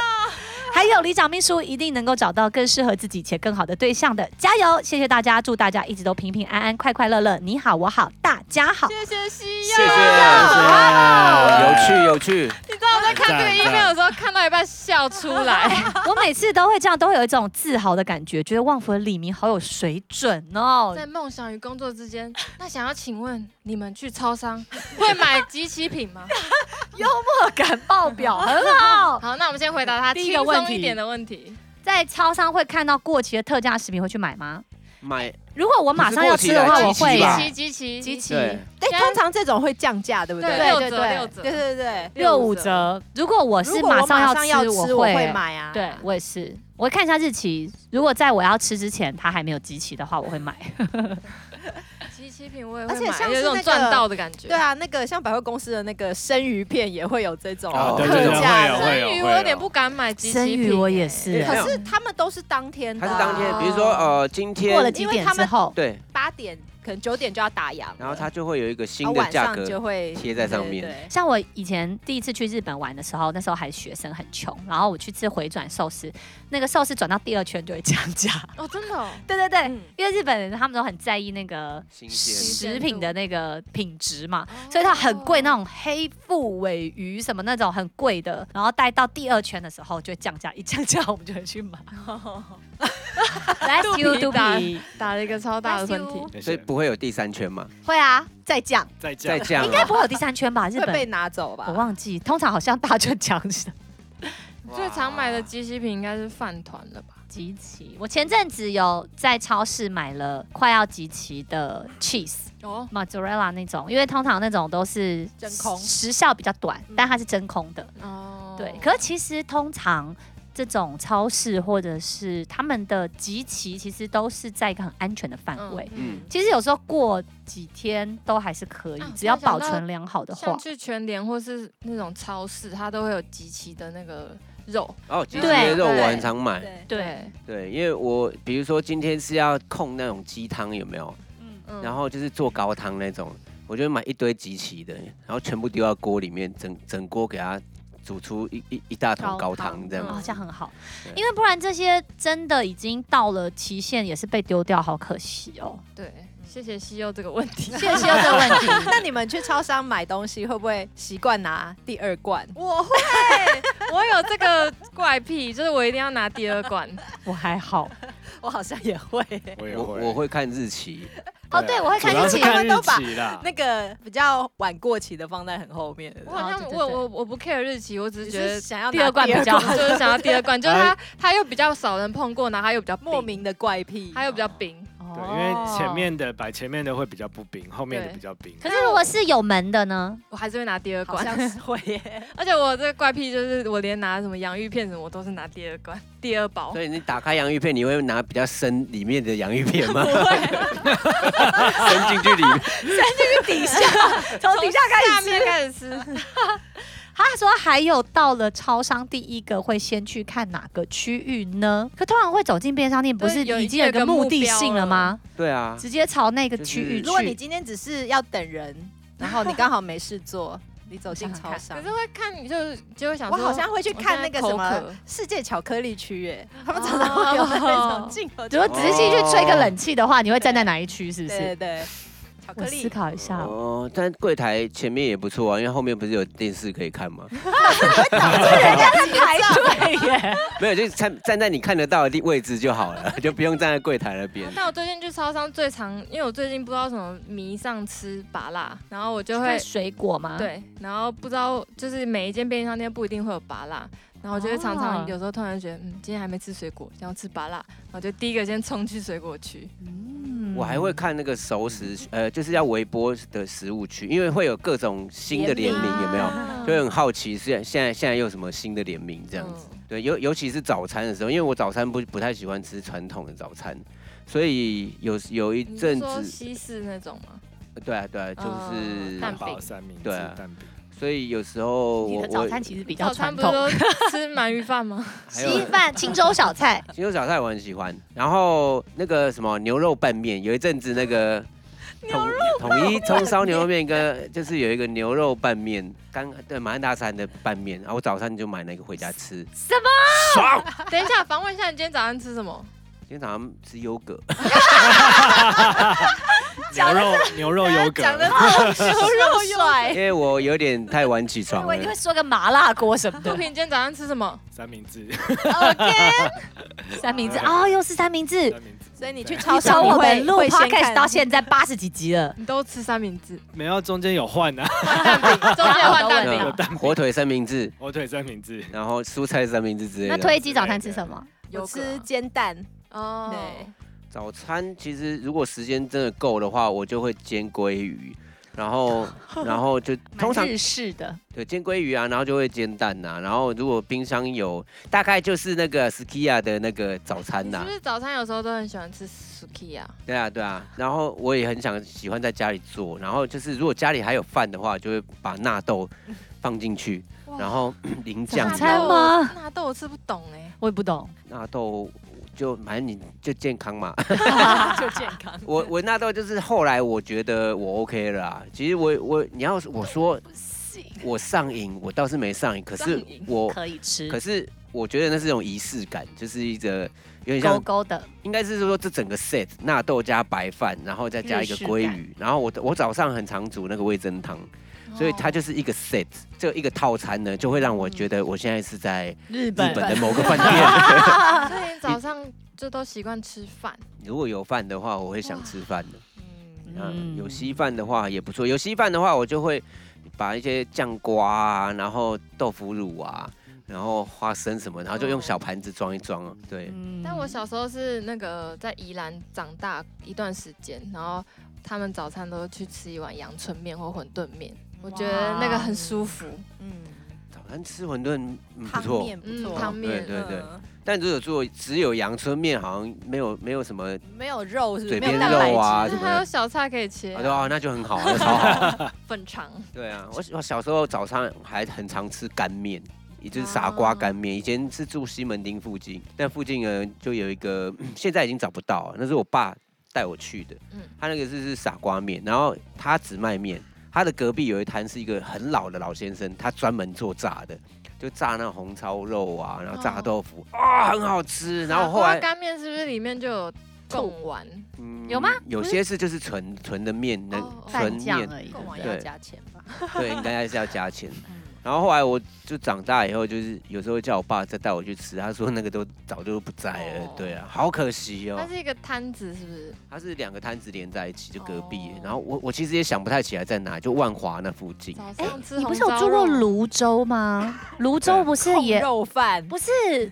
[SPEAKER 5] 还有李长秘书一定能够找到更适合自己且更好的对象的，加油！谢谢大家，祝大家一直都平平安安、快快乐乐。你好，我好，大家 好。
[SPEAKER 4] 谢谢西
[SPEAKER 1] 谢谢，谢
[SPEAKER 4] 柚。
[SPEAKER 7] 呃
[SPEAKER 1] 谢，呃有趣有趣。
[SPEAKER 4] 你知道我在看这个
[SPEAKER 7] 赞
[SPEAKER 4] email 的时候，看到一半笑出 来。
[SPEAKER 5] 我每次都会这样，都会有一种自豪的感觉，觉得旺福的李明好有水准哦。
[SPEAKER 4] 在梦想与工作之间，那想要请问你们去超 商会买即期品吗？
[SPEAKER 5] 敢爆表，很 好。
[SPEAKER 4] 好，那我们先回答他
[SPEAKER 5] 第
[SPEAKER 4] 轻
[SPEAKER 5] 一个问
[SPEAKER 4] 松
[SPEAKER 5] 题
[SPEAKER 4] 一点的问题。
[SPEAKER 5] 在超商会看到过期的特价食品会去买吗？
[SPEAKER 1] 买
[SPEAKER 5] 如果我马上要吃的话，我
[SPEAKER 1] 不是过
[SPEAKER 5] 会
[SPEAKER 1] 期啦
[SPEAKER 5] 耶
[SPEAKER 4] 集齐集齐
[SPEAKER 5] 集齐
[SPEAKER 1] 对，
[SPEAKER 6] 哎，通常这种会降价，对不对？
[SPEAKER 4] 对
[SPEAKER 6] 对
[SPEAKER 4] 六折六折
[SPEAKER 6] 对对对。
[SPEAKER 5] 六五折。如果我是
[SPEAKER 6] 如果我
[SPEAKER 5] 上
[SPEAKER 6] 马
[SPEAKER 5] 吃，
[SPEAKER 6] 吃，我
[SPEAKER 5] 会
[SPEAKER 6] 会。买啊。
[SPEAKER 5] 对，我也是。我会看一下日期，如果在我要吃之前它还没有集齐的话，我会买。
[SPEAKER 4] 集齐品我也
[SPEAKER 6] 而且
[SPEAKER 4] 会买，
[SPEAKER 6] 像
[SPEAKER 4] 有
[SPEAKER 6] 是
[SPEAKER 4] 一种
[SPEAKER 6] 那个
[SPEAKER 4] 赚到的感觉。
[SPEAKER 6] 对啊，那个像百货公司的那个生鱼片也会有这种
[SPEAKER 1] 哦
[SPEAKER 7] 对
[SPEAKER 1] 对
[SPEAKER 6] 特
[SPEAKER 1] 对
[SPEAKER 6] 价
[SPEAKER 7] 会有会
[SPEAKER 6] 的，
[SPEAKER 7] 有
[SPEAKER 4] 生鱼我有点不敢买集齐
[SPEAKER 5] 生
[SPEAKER 4] 品。
[SPEAKER 5] 鱼我也
[SPEAKER 1] 对
[SPEAKER 5] 是，
[SPEAKER 6] 可是他们都是当天
[SPEAKER 1] 它
[SPEAKER 6] 的
[SPEAKER 1] 是
[SPEAKER 6] 啊，
[SPEAKER 1] 当天，比如说呃，今
[SPEAKER 5] 过了
[SPEAKER 1] 天
[SPEAKER 5] 几
[SPEAKER 6] 因为
[SPEAKER 5] 点
[SPEAKER 6] 他
[SPEAKER 5] 之
[SPEAKER 6] 们
[SPEAKER 5] 后，
[SPEAKER 1] 对，
[SPEAKER 6] 八点可能九点就要打烊了，
[SPEAKER 1] 然后它就会有一个新
[SPEAKER 6] 然后
[SPEAKER 1] 的
[SPEAKER 6] 晚
[SPEAKER 1] 价
[SPEAKER 6] 上
[SPEAKER 1] 格
[SPEAKER 6] 就会
[SPEAKER 1] 贴在上面
[SPEAKER 6] 对对对
[SPEAKER 5] 像我以前第一次去日本玩的时候，那时候还学生很穷，然后我去吃回转寿司，那个寿司转到第二圈就会降价。
[SPEAKER 4] 哦，真的哦。
[SPEAKER 5] 对对对，
[SPEAKER 4] 嗯
[SPEAKER 5] 因为日本人他们都很在意那个
[SPEAKER 1] 新鲜。
[SPEAKER 5] 食品的那个品质嘛，
[SPEAKER 4] 哦
[SPEAKER 5] 所以它很贵，那种黑腹尾鱼什么那种很贵的，然后带到第二圈的时候就会降价，一降价我们就会去买。Bless you，
[SPEAKER 4] 肚
[SPEAKER 5] 肚
[SPEAKER 4] 皮打
[SPEAKER 5] 皮，
[SPEAKER 4] 打了一个超大的喷
[SPEAKER 5] Bless you
[SPEAKER 4] 嚏。
[SPEAKER 1] 所以不会有第三圈嘛？
[SPEAKER 5] 会啊，再降，
[SPEAKER 7] 再降
[SPEAKER 1] 再，这样
[SPEAKER 5] 应该不会有第三圈吧？日
[SPEAKER 6] 会被
[SPEAKER 5] 本
[SPEAKER 6] 拿走
[SPEAKER 5] 我
[SPEAKER 6] 吧？
[SPEAKER 5] 忘记，通常好像大圈 抢是
[SPEAKER 4] 最常买的集齐品应该是饭团了吧？
[SPEAKER 5] 集齐。我前阵子有在超市买了快要集齐的 cheese。
[SPEAKER 4] 哦，
[SPEAKER 5] mozzarella 那种，因为通常那种都是
[SPEAKER 6] 真空
[SPEAKER 5] 时效比较短，
[SPEAKER 6] 嗯
[SPEAKER 5] 但它是真空的。
[SPEAKER 4] 哦，
[SPEAKER 5] 对，可是其实通常这种超市或者是他们的集齐，其实都是在一个很安全的范围。
[SPEAKER 1] 嗯
[SPEAKER 5] 其实有时候过几天都还是可以，
[SPEAKER 4] 啊
[SPEAKER 5] 只要
[SPEAKER 4] 我突然
[SPEAKER 5] 保
[SPEAKER 4] 想到
[SPEAKER 5] 存良好的话
[SPEAKER 4] 像。去全联或是那种超市，它都会有集齐的那个肉。
[SPEAKER 1] 哦，鸡
[SPEAKER 5] 对
[SPEAKER 1] 的肉
[SPEAKER 6] 对
[SPEAKER 1] 我很常买，
[SPEAKER 6] 对，
[SPEAKER 5] 对，
[SPEAKER 1] 对，因为我比如说今天是要控那种鸡汤有没有？
[SPEAKER 4] 嗯
[SPEAKER 1] 然后就是做高汤那种，我就会买一堆集齐的，然后全部丢到锅里面，整整锅给它煮出一一一大桶高
[SPEAKER 5] 高
[SPEAKER 1] 汤这样
[SPEAKER 5] 哦，
[SPEAKER 1] 子。
[SPEAKER 5] 这样很好，
[SPEAKER 1] 对
[SPEAKER 5] 因为不然这些真的已经到了期限，也是被丢掉，好可惜哦。
[SPEAKER 4] 对，谢谢西柚这个问 题。
[SPEAKER 5] 确实有这个 问题，
[SPEAKER 6] 那你们去超商买东西会不会习惯拿第二罐？
[SPEAKER 4] 我会，我有这个怪癖，就是我一定要拿第二 罐。
[SPEAKER 5] 我还好。
[SPEAKER 6] 我好像也会，
[SPEAKER 7] 我也
[SPEAKER 1] 我我会看日期，
[SPEAKER 5] 哦，对，我会
[SPEAKER 7] 啊主
[SPEAKER 5] 看
[SPEAKER 7] 要
[SPEAKER 5] 日
[SPEAKER 7] 是
[SPEAKER 5] 期，
[SPEAKER 7] 看
[SPEAKER 6] 他们
[SPEAKER 7] 日
[SPEAKER 6] 都把
[SPEAKER 7] 期啦。
[SPEAKER 6] 那个比较晚过期的放在很后面，对不
[SPEAKER 4] 我
[SPEAKER 6] 对
[SPEAKER 4] 好像
[SPEAKER 5] 哦对对
[SPEAKER 4] 我
[SPEAKER 5] 对
[SPEAKER 4] 我我不 care 日期，我只是
[SPEAKER 6] 只
[SPEAKER 4] 觉
[SPEAKER 6] 是
[SPEAKER 4] 得
[SPEAKER 6] 想要拿
[SPEAKER 5] 第二罐比较好
[SPEAKER 4] 就 是想要第二罐，就是它
[SPEAKER 7] 哎
[SPEAKER 4] 它又比较少人碰过，然后它又比较
[SPEAKER 6] 莫
[SPEAKER 4] 冰，
[SPEAKER 6] 名的怪癖，
[SPEAKER 4] 它又比较冰。
[SPEAKER 5] 哦
[SPEAKER 7] 对，因为前面的摆前面的会比较不冰，后面的
[SPEAKER 4] 对
[SPEAKER 7] 比较冰。
[SPEAKER 5] 可是如果是有门的呢？
[SPEAKER 4] 我还是会拿第二
[SPEAKER 6] 好
[SPEAKER 4] 关，
[SPEAKER 6] 像是会耶，
[SPEAKER 4] 而且我这个怪癖就是，我连拿什么洋芋片什么，我都是拿第二关、第二包。
[SPEAKER 1] 所以你打开洋芋片，你会拿比较深里面的洋芋片吗？伸进去里面，
[SPEAKER 5] 底下从底下
[SPEAKER 4] 下
[SPEAKER 5] 开始
[SPEAKER 4] 面
[SPEAKER 5] 吃。
[SPEAKER 4] 开始 吃，
[SPEAKER 5] 他说还有到了超商，第一个会先去看哪个区域呢？可通常会走进便利商店，不
[SPEAKER 4] 对
[SPEAKER 5] 是
[SPEAKER 4] 有
[SPEAKER 5] 已经有一个目的性了吗？
[SPEAKER 1] 对啊，
[SPEAKER 5] 直接朝那个区域
[SPEAKER 1] 就是
[SPEAKER 5] 去。
[SPEAKER 6] 如果你今天只是要等人，然后你刚好没事做，你走进
[SPEAKER 5] 想想
[SPEAKER 6] 超
[SPEAKER 5] 看
[SPEAKER 6] 商
[SPEAKER 4] 可是。会看你就就会想
[SPEAKER 6] 我
[SPEAKER 4] 说，
[SPEAKER 6] 好像会去看那个什
[SPEAKER 4] 我现在口
[SPEAKER 6] 么嗯
[SPEAKER 4] 渴
[SPEAKER 6] 世界巧克力区耶，他们常常会有那种进口巧克力，
[SPEAKER 5] 如 果仔细去
[SPEAKER 1] 哦
[SPEAKER 5] 吹个冷气的话，你会站在哪一区？是不
[SPEAKER 6] 对对
[SPEAKER 5] 是？
[SPEAKER 6] 对，巧
[SPEAKER 5] 我
[SPEAKER 6] 克力
[SPEAKER 5] 思考一下，
[SPEAKER 1] 哦，但柜台前面也不错啊，因为后面不是有电视可以看吗？
[SPEAKER 5] 排队耶！
[SPEAKER 1] 没有，就是站站在你看得到的地位置就好了， 就不用站在柜台那边。
[SPEAKER 4] 啊但我最近去超商最常，因为我最近不知道什么迷上吃拔辣，然后我就会
[SPEAKER 5] 看水果吗？，
[SPEAKER 4] 对，然后不知道就是每一间便利商店不一定会有拔辣，然后我就会常
[SPEAKER 5] 哦
[SPEAKER 6] 啊
[SPEAKER 4] 常有时候突然觉得，嗯，今天还没吃水果，想要吃拔辣，然后就第一个先冲去水果区。
[SPEAKER 5] 嗯
[SPEAKER 1] 我还会看那个熟食，呃，就是要微波的食物区，因为会有各种新的
[SPEAKER 4] 啊
[SPEAKER 1] 联名，有没有？
[SPEAKER 6] 啊
[SPEAKER 4] 嗯
[SPEAKER 1] 就会很好奇，现在现在现在又有什么新的联名这样
[SPEAKER 4] 嗯
[SPEAKER 1] 子？对，尤尤其是早餐的时候，因为我早餐不不太喜欢吃传统的早餐，所以有有一
[SPEAKER 4] 你是
[SPEAKER 1] 阵
[SPEAKER 4] 说
[SPEAKER 1] 子，
[SPEAKER 4] 西式那种吗？
[SPEAKER 1] 对啊对啊，
[SPEAKER 4] 嗯
[SPEAKER 1] 就
[SPEAKER 4] 蛋
[SPEAKER 1] 是，
[SPEAKER 4] 饼
[SPEAKER 7] 堡三明治
[SPEAKER 1] 对啊
[SPEAKER 7] 蛋饼，
[SPEAKER 1] 所以有时候
[SPEAKER 5] 你
[SPEAKER 1] 我
[SPEAKER 5] 的早
[SPEAKER 1] 我
[SPEAKER 5] 餐其实比较
[SPEAKER 4] 早餐
[SPEAKER 5] 传
[SPEAKER 4] 不
[SPEAKER 5] 统
[SPEAKER 4] 是，都吃鳗鱼饭吗？
[SPEAKER 1] 还有
[SPEAKER 5] 稀饭、青州小 菜，
[SPEAKER 1] 青州小菜我很喜欢，然后那个什么牛肉拌面，有一阵子那个统统一葱烧牛肉面跟就是有一个牛肉拌面，刚对马汉大餐的拌面，然后我早上就买那个回家吃。
[SPEAKER 5] 什么？
[SPEAKER 1] 爽！
[SPEAKER 4] 等一下，访问一下你今天早上吃什么？
[SPEAKER 1] 今天早上吃优格，
[SPEAKER 7] 牛肉牛肉油格，
[SPEAKER 6] 讲的好 肉帅，
[SPEAKER 1] 因为我有点太晚起床
[SPEAKER 5] 我一定会
[SPEAKER 1] 了。
[SPEAKER 5] 说个麻辣锅什么
[SPEAKER 4] 杜
[SPEAKER 5] 的
[SPEAKER 4] 平，，你今天早上吃什么？
[SPEAKER 7] 三明治，
[SPEAKER 5] 三明治啊，又是三明治。
[SPEAKER 7] 三明治。
[SPEAKER 6] 所以你去
[SPEAKER 7] 对
[SPEAKER 6] 超商
[SPEAKER 5] 从
[SPEAKER 6] 你
[SPEAKER 5] 我
[SPEAKER 6] 会
[SPEAKER 5] 们录
[SPEAKER 6] 会先
[SPEAKER 5] podcast
[SPEAKER 6] 看
[SPEAKER 5] 到现在八十几集了，
[SPEAKER 4] 你都吃三明 治，
[SPEAKER 7] 没有中间有换啊，
[SPEAKER 4] 换蛋饼，中间换蛋
[SPEAKER 1] 有
[SPEAKER 4] 饼。
[SPEAKER 1] 火腿三明治，
[SPEAKER 7] 火腿哦三明治，
[SPEAKER 1] 然后蔬菜三明治之类
[SPEAKER 5] 那
[SPEAKER 1] 的。
[SPEAKER 5] 推机早
[SPEAKER 1] 啊
[SPEAKER 5] 餐吃什么？
[SPEAKER 6] 有
[SPEAKER 4] 有
[SPEAKER 6] 吃
[SPEAKER 4] 吃
[SPEAKER 6] 煎蛋，
[SPEAKER 4] 哦，
[SPEAKER 6] 对
[SPEAKER 1] 早餐其实如果时间真的够的话，我就会煎鲑鱼，然 后然后就通常
[SPEAKER 5] 蛮日式的，
[SPEAKER 1] 对，煎鲑鱼啊，然后就会煎蛋呐、然后如果冰箱有，大概就是那个 Skia 的那个早餐
[SPEAKER 4] 你
[SPEAKER 1] 呐、
[SPEAKER 4] 是不是早餐有时候都很喜欢吃 suki 啊？
[SPEAKER 1] 对啊，对啊。然后我也很想喜欢在家里做，然后就是如果家里还有饭的话，就会把纳豆放进去，
[SPEAKER 4] 哇
[SPEAKER 1] 然后 淋酱
[SPEAKER 5] 早
[SPEAKER 1] 油。
[SPEAKER 5] 餐吗？
[SPEAKER 4] 纳豆我吃不懂哎。
[SPEAKER 5] 我也不懂。
[SPEAKER 1] 纳豆就反正你就健康嘛。
[SPEAKER 5] 啊
[SPEAKER 6] 就健康。
[SPEAKER 1] 我我纳豆就是后来我觉得我 OK 了啊。其实我我你要我说我上瘾，我倒是没上瘾，可是
[SPEAKER 4] 上瘾
[SPEAKER 1] 我
[SPEAKER 5] 可以吃
[SPEAKER 1] 可是我觉得那是一种仪式感，就是一个有点
[SPEAKER 5] 勾
[SPEAKER 1] 像，
[SPEAKER 5] 勾的，
[SPEAKER 1] 应该是说这整个 set 纳豆加白饭，然后再加一个鲑
[SPEAKER 5] 日
[SPEAKER 1] 鱼，然后我我早上很常煮那个味增汤，所以
[SPEAKER 4] 哦
[SPEAKER 1] 它就是一个 set，这一个套餐呢，就会让我觉得我现在是在
[SPEAKER 5] 日
[SPEAKER 1] 日本的某个饭店。
[SPEAKER 4] 哦所以你早上就都习惯吃饭。
[SPEAKER 1] 如果有饭的话，我会想吃饭的。嗯，
[SPEAKER 5] 嗯
[SPEAKER 1] 有稀饭的话也不错，有稀饭的话我就会把一些酱瓜啊，然后豆腐乳啊，然后花生什么，然后就用小盘子装一装哦。对，
[SPEAKER 5] 嗯
[SPEAKER 4] 但我小时候是那个在宜兰长大一段时间，然后他们早餐都去吃一碗阳春面或馄饨面，我觉得那个很舒服。
[SPEAKER 6] 嗯，
[SPEAKER 1] 早餐吃馄饨、嗯、不
[SPEAKER 6] 汤
[SPEAKER 1] 错。
[SPEAKER 6] 面不
[SPEAKER 4] 嗯，
[SPEAKER 6] 错，
[SPEAKER 4] 汤
[SPEAKER 1] 对
[SPEAKER 4] 面。
[SPEAKER 1] 对对
[SPEAKER 6] 嗯，
[SPEAKER 1] 但如果做只有阳春面，好像没有没有什么，
[SPEAKER 6] 没有肉是不是
[SPEAKER 1] 嘴
[SPEAKER 6] 没有
[SPEAKER 1] 边
[SPEAKER 6] 蛋白
[SPEAKER 1] 肉啊
[SPEAKER 6] 质
[SPEAKER 4] 但是还有小菜可以切
[SPEAKER 1] 啊对啊，那就很好，啊那超好。
[SPEAKER 4] 粉肠。
[SPEAKER 1] 对啊，我我小时候早上还很常吃干面，也就是傻瓜干面。
[SPEAKER 4] 啊
[SPEAKER 1] 以前是住西门町附近，但附近呢就有一个， 现在已经找不到，那是我爸带我去的。
[SPEAKER 4] 嗯
[SPEAKER 1] 他那个是是傻瓜面，然后他只卖面，他的隔壁有一摊是一个很老的老先生，他专门做炸的。就炸那红烧肉啊，然后炸
[SPEAKER 4] 哦
[SPEAKER 1] 豆腐啊、很好吃。然后后
[SPEAKER 4] 傻瓜
[SPEAKER 1] 来
[SPEAKER 4] 干面是不是里面就有贡丸？
[SPEAKER 1] 嗯
[SPEAKER 5] 有吗
[SPEAKER 1] 有些是就是纯纯的面，那
[SPEAKER 4] 哦哦
[SPEAKER 1] 纯
[SPEAKER 5] 饭酱
[SPEAKER 1] 面，
[SPEAKER 5] 而已。
[SPEAKER 6] 够
[SPEAKER 5] 对不
[SPEAKER 6] 完
[SPEAKER 5] 对
[SPEAKER 6] 要
[SPEAKER 1] 对
[SPEAKER 6] 加钱吧？
[SPEAKER 1] 对，应该是要加钱。然后后来我就长大以后，就是有时候叫我爸再带我去吃，他说那个都早就不在了
[SPEAKER 4] 哦，
[SPEAKER 1] 对啊，好可惜
[SPEAKER 4] 它
[SPEAKER 1] 哦。
[SPEAKER 4] 是一个摊子，是不是？
[SPEAKER 1] 它是两个摊子连在一起，就隔壁
[SPEAKER 4] 哦。
[SPEAKER 1] 然后我我其实也想不太起来在哪，就万华那附近。
[SPEAKER 4] 早
[SPEAKER 5] 哎
[SPEAKER 4] 上吃
[SPEAKER 5] 你不
[SPEAKER 4] 红
[SPEAKER 5] 是有
[SPEAKER 4] 烧
[SPEAKER 5] 住过
[SPEAKER 4] 肉
[SPEAKER 5] 泸州吗？泗州不是
[SPEAKER 6] 控
[SPEAKER 5] 也
[SPEAKER 6] 肉饭
[SPEAKER 5] 不是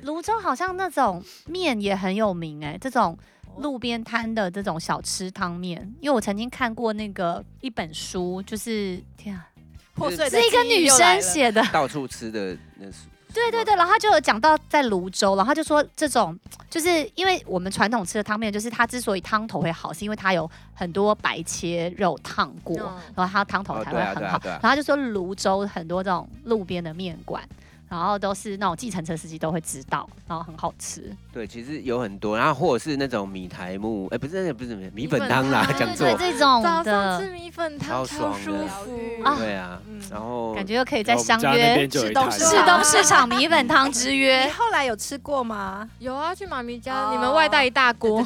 [SPEAKER 5] 泸州，好像那种面也很有名哎，这种路边摊的这种小吃汤面，因为我曾经看过那个一本书，就是天啊，
[SPEAKER 6] 破碎的
[SPEAKER 5] 是一个
[SPEAKER 6] 记忆
[SPEAKER 5] 女
[SPEAKER 6] 又来
[SPEAKER 5] 生
[SPEAKER 6] 了
[SPEAKER 5] 写的，
[SPEAKER 1] 到处吃的那是。
[SPEAKER 5] 对对
[SPEAKER 1] 嗯
[SPEAKER 5] 对，然后他就有讲到在泸州，然后他就说这种就是因为我们传统吃的汤面，就是它之所以汤头会好，是因为它有很多白切肉烫过，
[SPEAKER 6] 嗯
[SPEAKER 5] 然后它汤头
[SPEAKER 1] 哦
[SPEAKER 5] 才会
[SPEAKER 1] 对啊对
[SPEAKER 5] 很
[SPEAKER 1] 啊
[SPEAKER 5] 好。
[SPEAKER 1] 对啊
[SPEAKER 5] 然后他就说泸州很多这种路边的面馆，然后都是那种计程车司机都会知道，然后很好吃。
[SPEAKER 1] 对，其实有很多，然后或者是那种米苔木，哎，不是，不是米粉
[SPEAKER 4] 粉
[SPEAKER 1] 汤啦，
[SPEAKER 4] 汤
[SPEAKER 1] 讲
[SPEAKER 5] 对
[SPEAKER 1] 错
[SPEAKER 5] 对，，这种
[SPEAKER 4] 早上吃
[SPEAKER 5] 的
[SPEAKER 4] 米粉
[SPEAKER 1] 超
[SPEAKER 4] 汤
[SPEAKER 1] 爽
[SPEAKER 4] 超
[SPEAKER 1] 的
[SPEAKER 4] 舒服
[SPEAKER 6] 啊
[SPEAKER 1] 对啊，然后
[SPEAKER 5] 感觉又可以再
[SPEAKER 7] 我们
[SPEAKER 5] 相
[SPEAKER 7] 家那
[SPEAKER 5] 约
[SPEAKER 7] 边就有一
[SPEAKER 6] 是东
[SPEAKER 7] 摊
[SPEAKER 6] 是
[SPEAKER 5] 市东市场米粉汤之
[SPEAKER 6] 你
[SPEAKER 5] 约，
[SPEAKER 6] 后来有吃过吗？
[SPEAKER 4] 有啊，去妈咪家，
[SPEAKER 6] 哦
[SPEAKER 4] 你们外带一大锅，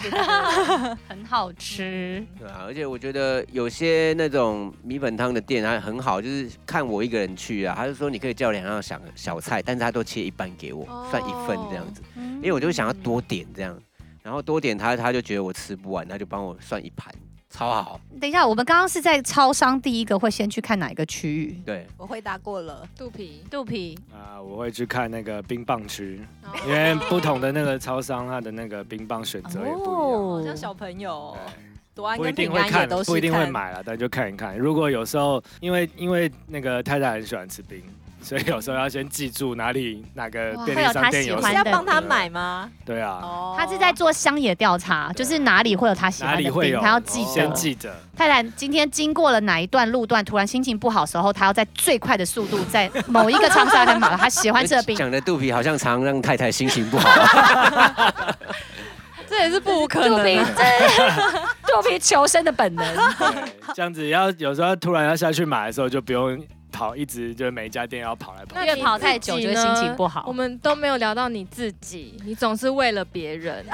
[SPEAKER 5] 很好吃。
[SPEAKER 1] 对啊，而且我觉得有些那种米粉汤的店还很好，就是看我一个人去啊，他就说你可以叫两样小小菜，但是他都切一半给我，
[SPEAKER 4] 哦
[SPEAKER 1] 算一份这样子，
[SPEAKER 5] 因
[SPEAKER 1] 嗯因为我就想要多点这样，然后多点他他就觉得我吃不完，他就帮我算一盘，超好，
[SPEAKER 5] 嗯等一下，我们刚刚是在超商第一个会先去看哪一个区域？
[SPEAKER 1] 对，
[SPEAKER 6] 我回答过了，
[SPEAKER 4] 肚皮，
[SPEAKER 5] 肚皮，
[SPEAKER 7] 啊，我会去看那个冰棒区，因为不同的那个超商，它的那个冰棒选择也
[SPEAKER 5] 哦嗯
[SPEAKER 7] 不
[SPEAKER 6] 好像小朋友
[SPEAKER 7] 一
[SPEAKER 6] 哦
[SPEAKER 7] 样。对
[SPEAKER 6] 多安
[SPEAKER 7] 不一
[SPEAKER 6] 跟
[SPEAKER 7] 定
[SPEAKER 6] 平
[SPEAKER 7] 会
[SPEAKER 6] 安也
[SPEAKER 7] 看，
[SPEAKER 6] 都是
[SPEAKER 7] 不一定会
[SPEAKER 6] 看。
[SPEAKER 7] 买了，但就看一看。如果有时候因为因为那个太太很喜欢吃冰，所以有时候要先记住哪里哪个
[SPEAKER 5] 哇
[SPEAKER 7] 便
[SPEAKER 5] 会有
[SPEAKER 7] 利
[SPEAKER 5] 她
[SPEAKER 7] 商店
[SPEAKER 5] 喜
[SPEAKER 7] 有
[SPEAKER 5] 欢
[SPEAKER 6] 是
[SPEAKER 7] 什
[SPEAKER 6] 要
[SPEAKER 7] 么。
[SPEAKER 5] 的
[SPEAKER 6] 帮他买吗？
[SPEAKER 7] 对啊，
[SPEAKER 6] 哦
[SPEAKER 5] 他是在做乡野调查，就是哪里会有他喜
[SPEAKER 7] 哪
[SPEAKER 5] 欢
[SPEAKER 7] 里
[SPEAKER 5] 的
[SPEAKER 7] 会
[SPEAKER 5] 饼，
[SPEAKER 7] 有，
[SPEAKER 5] 他要记
[SPEAKER 1] 哦
[SPEAKER 5] 得
[SPEAKER 7] 先。记着。
[SPEAKER 5] 太太今天经过了哪一段路段，突然心情不好的时候，他要在最快的速度，在某一个超商买了他喜欢吃的 饼。
[SPEAKER 1] 讲的肚皮好像常让太太心情不好，
[SPEAKER 4] 这也是不 可
[SPEAKER 5] 肚
[SPEAKER 4] 能
[SPEAKER 5] 皮
[SPEAKER 7] 啊
[SPEAKER 4] 的。，
[SPEAKER 5] 这是肚皮求生的本能。
[SPEAKER 7] 对这样子要有时候突然要下去买的时候，就不用跑，一直就是每一家店要跑来跑
[SPEAKER 4] 那
[SPEAKER 7] 去。
[SPEAKER 4] 你
[SPEAKER 5] 越跑太久就会心情不好
[SPEAKER 4] 我们都没有聊到你自己，你总是为了别人。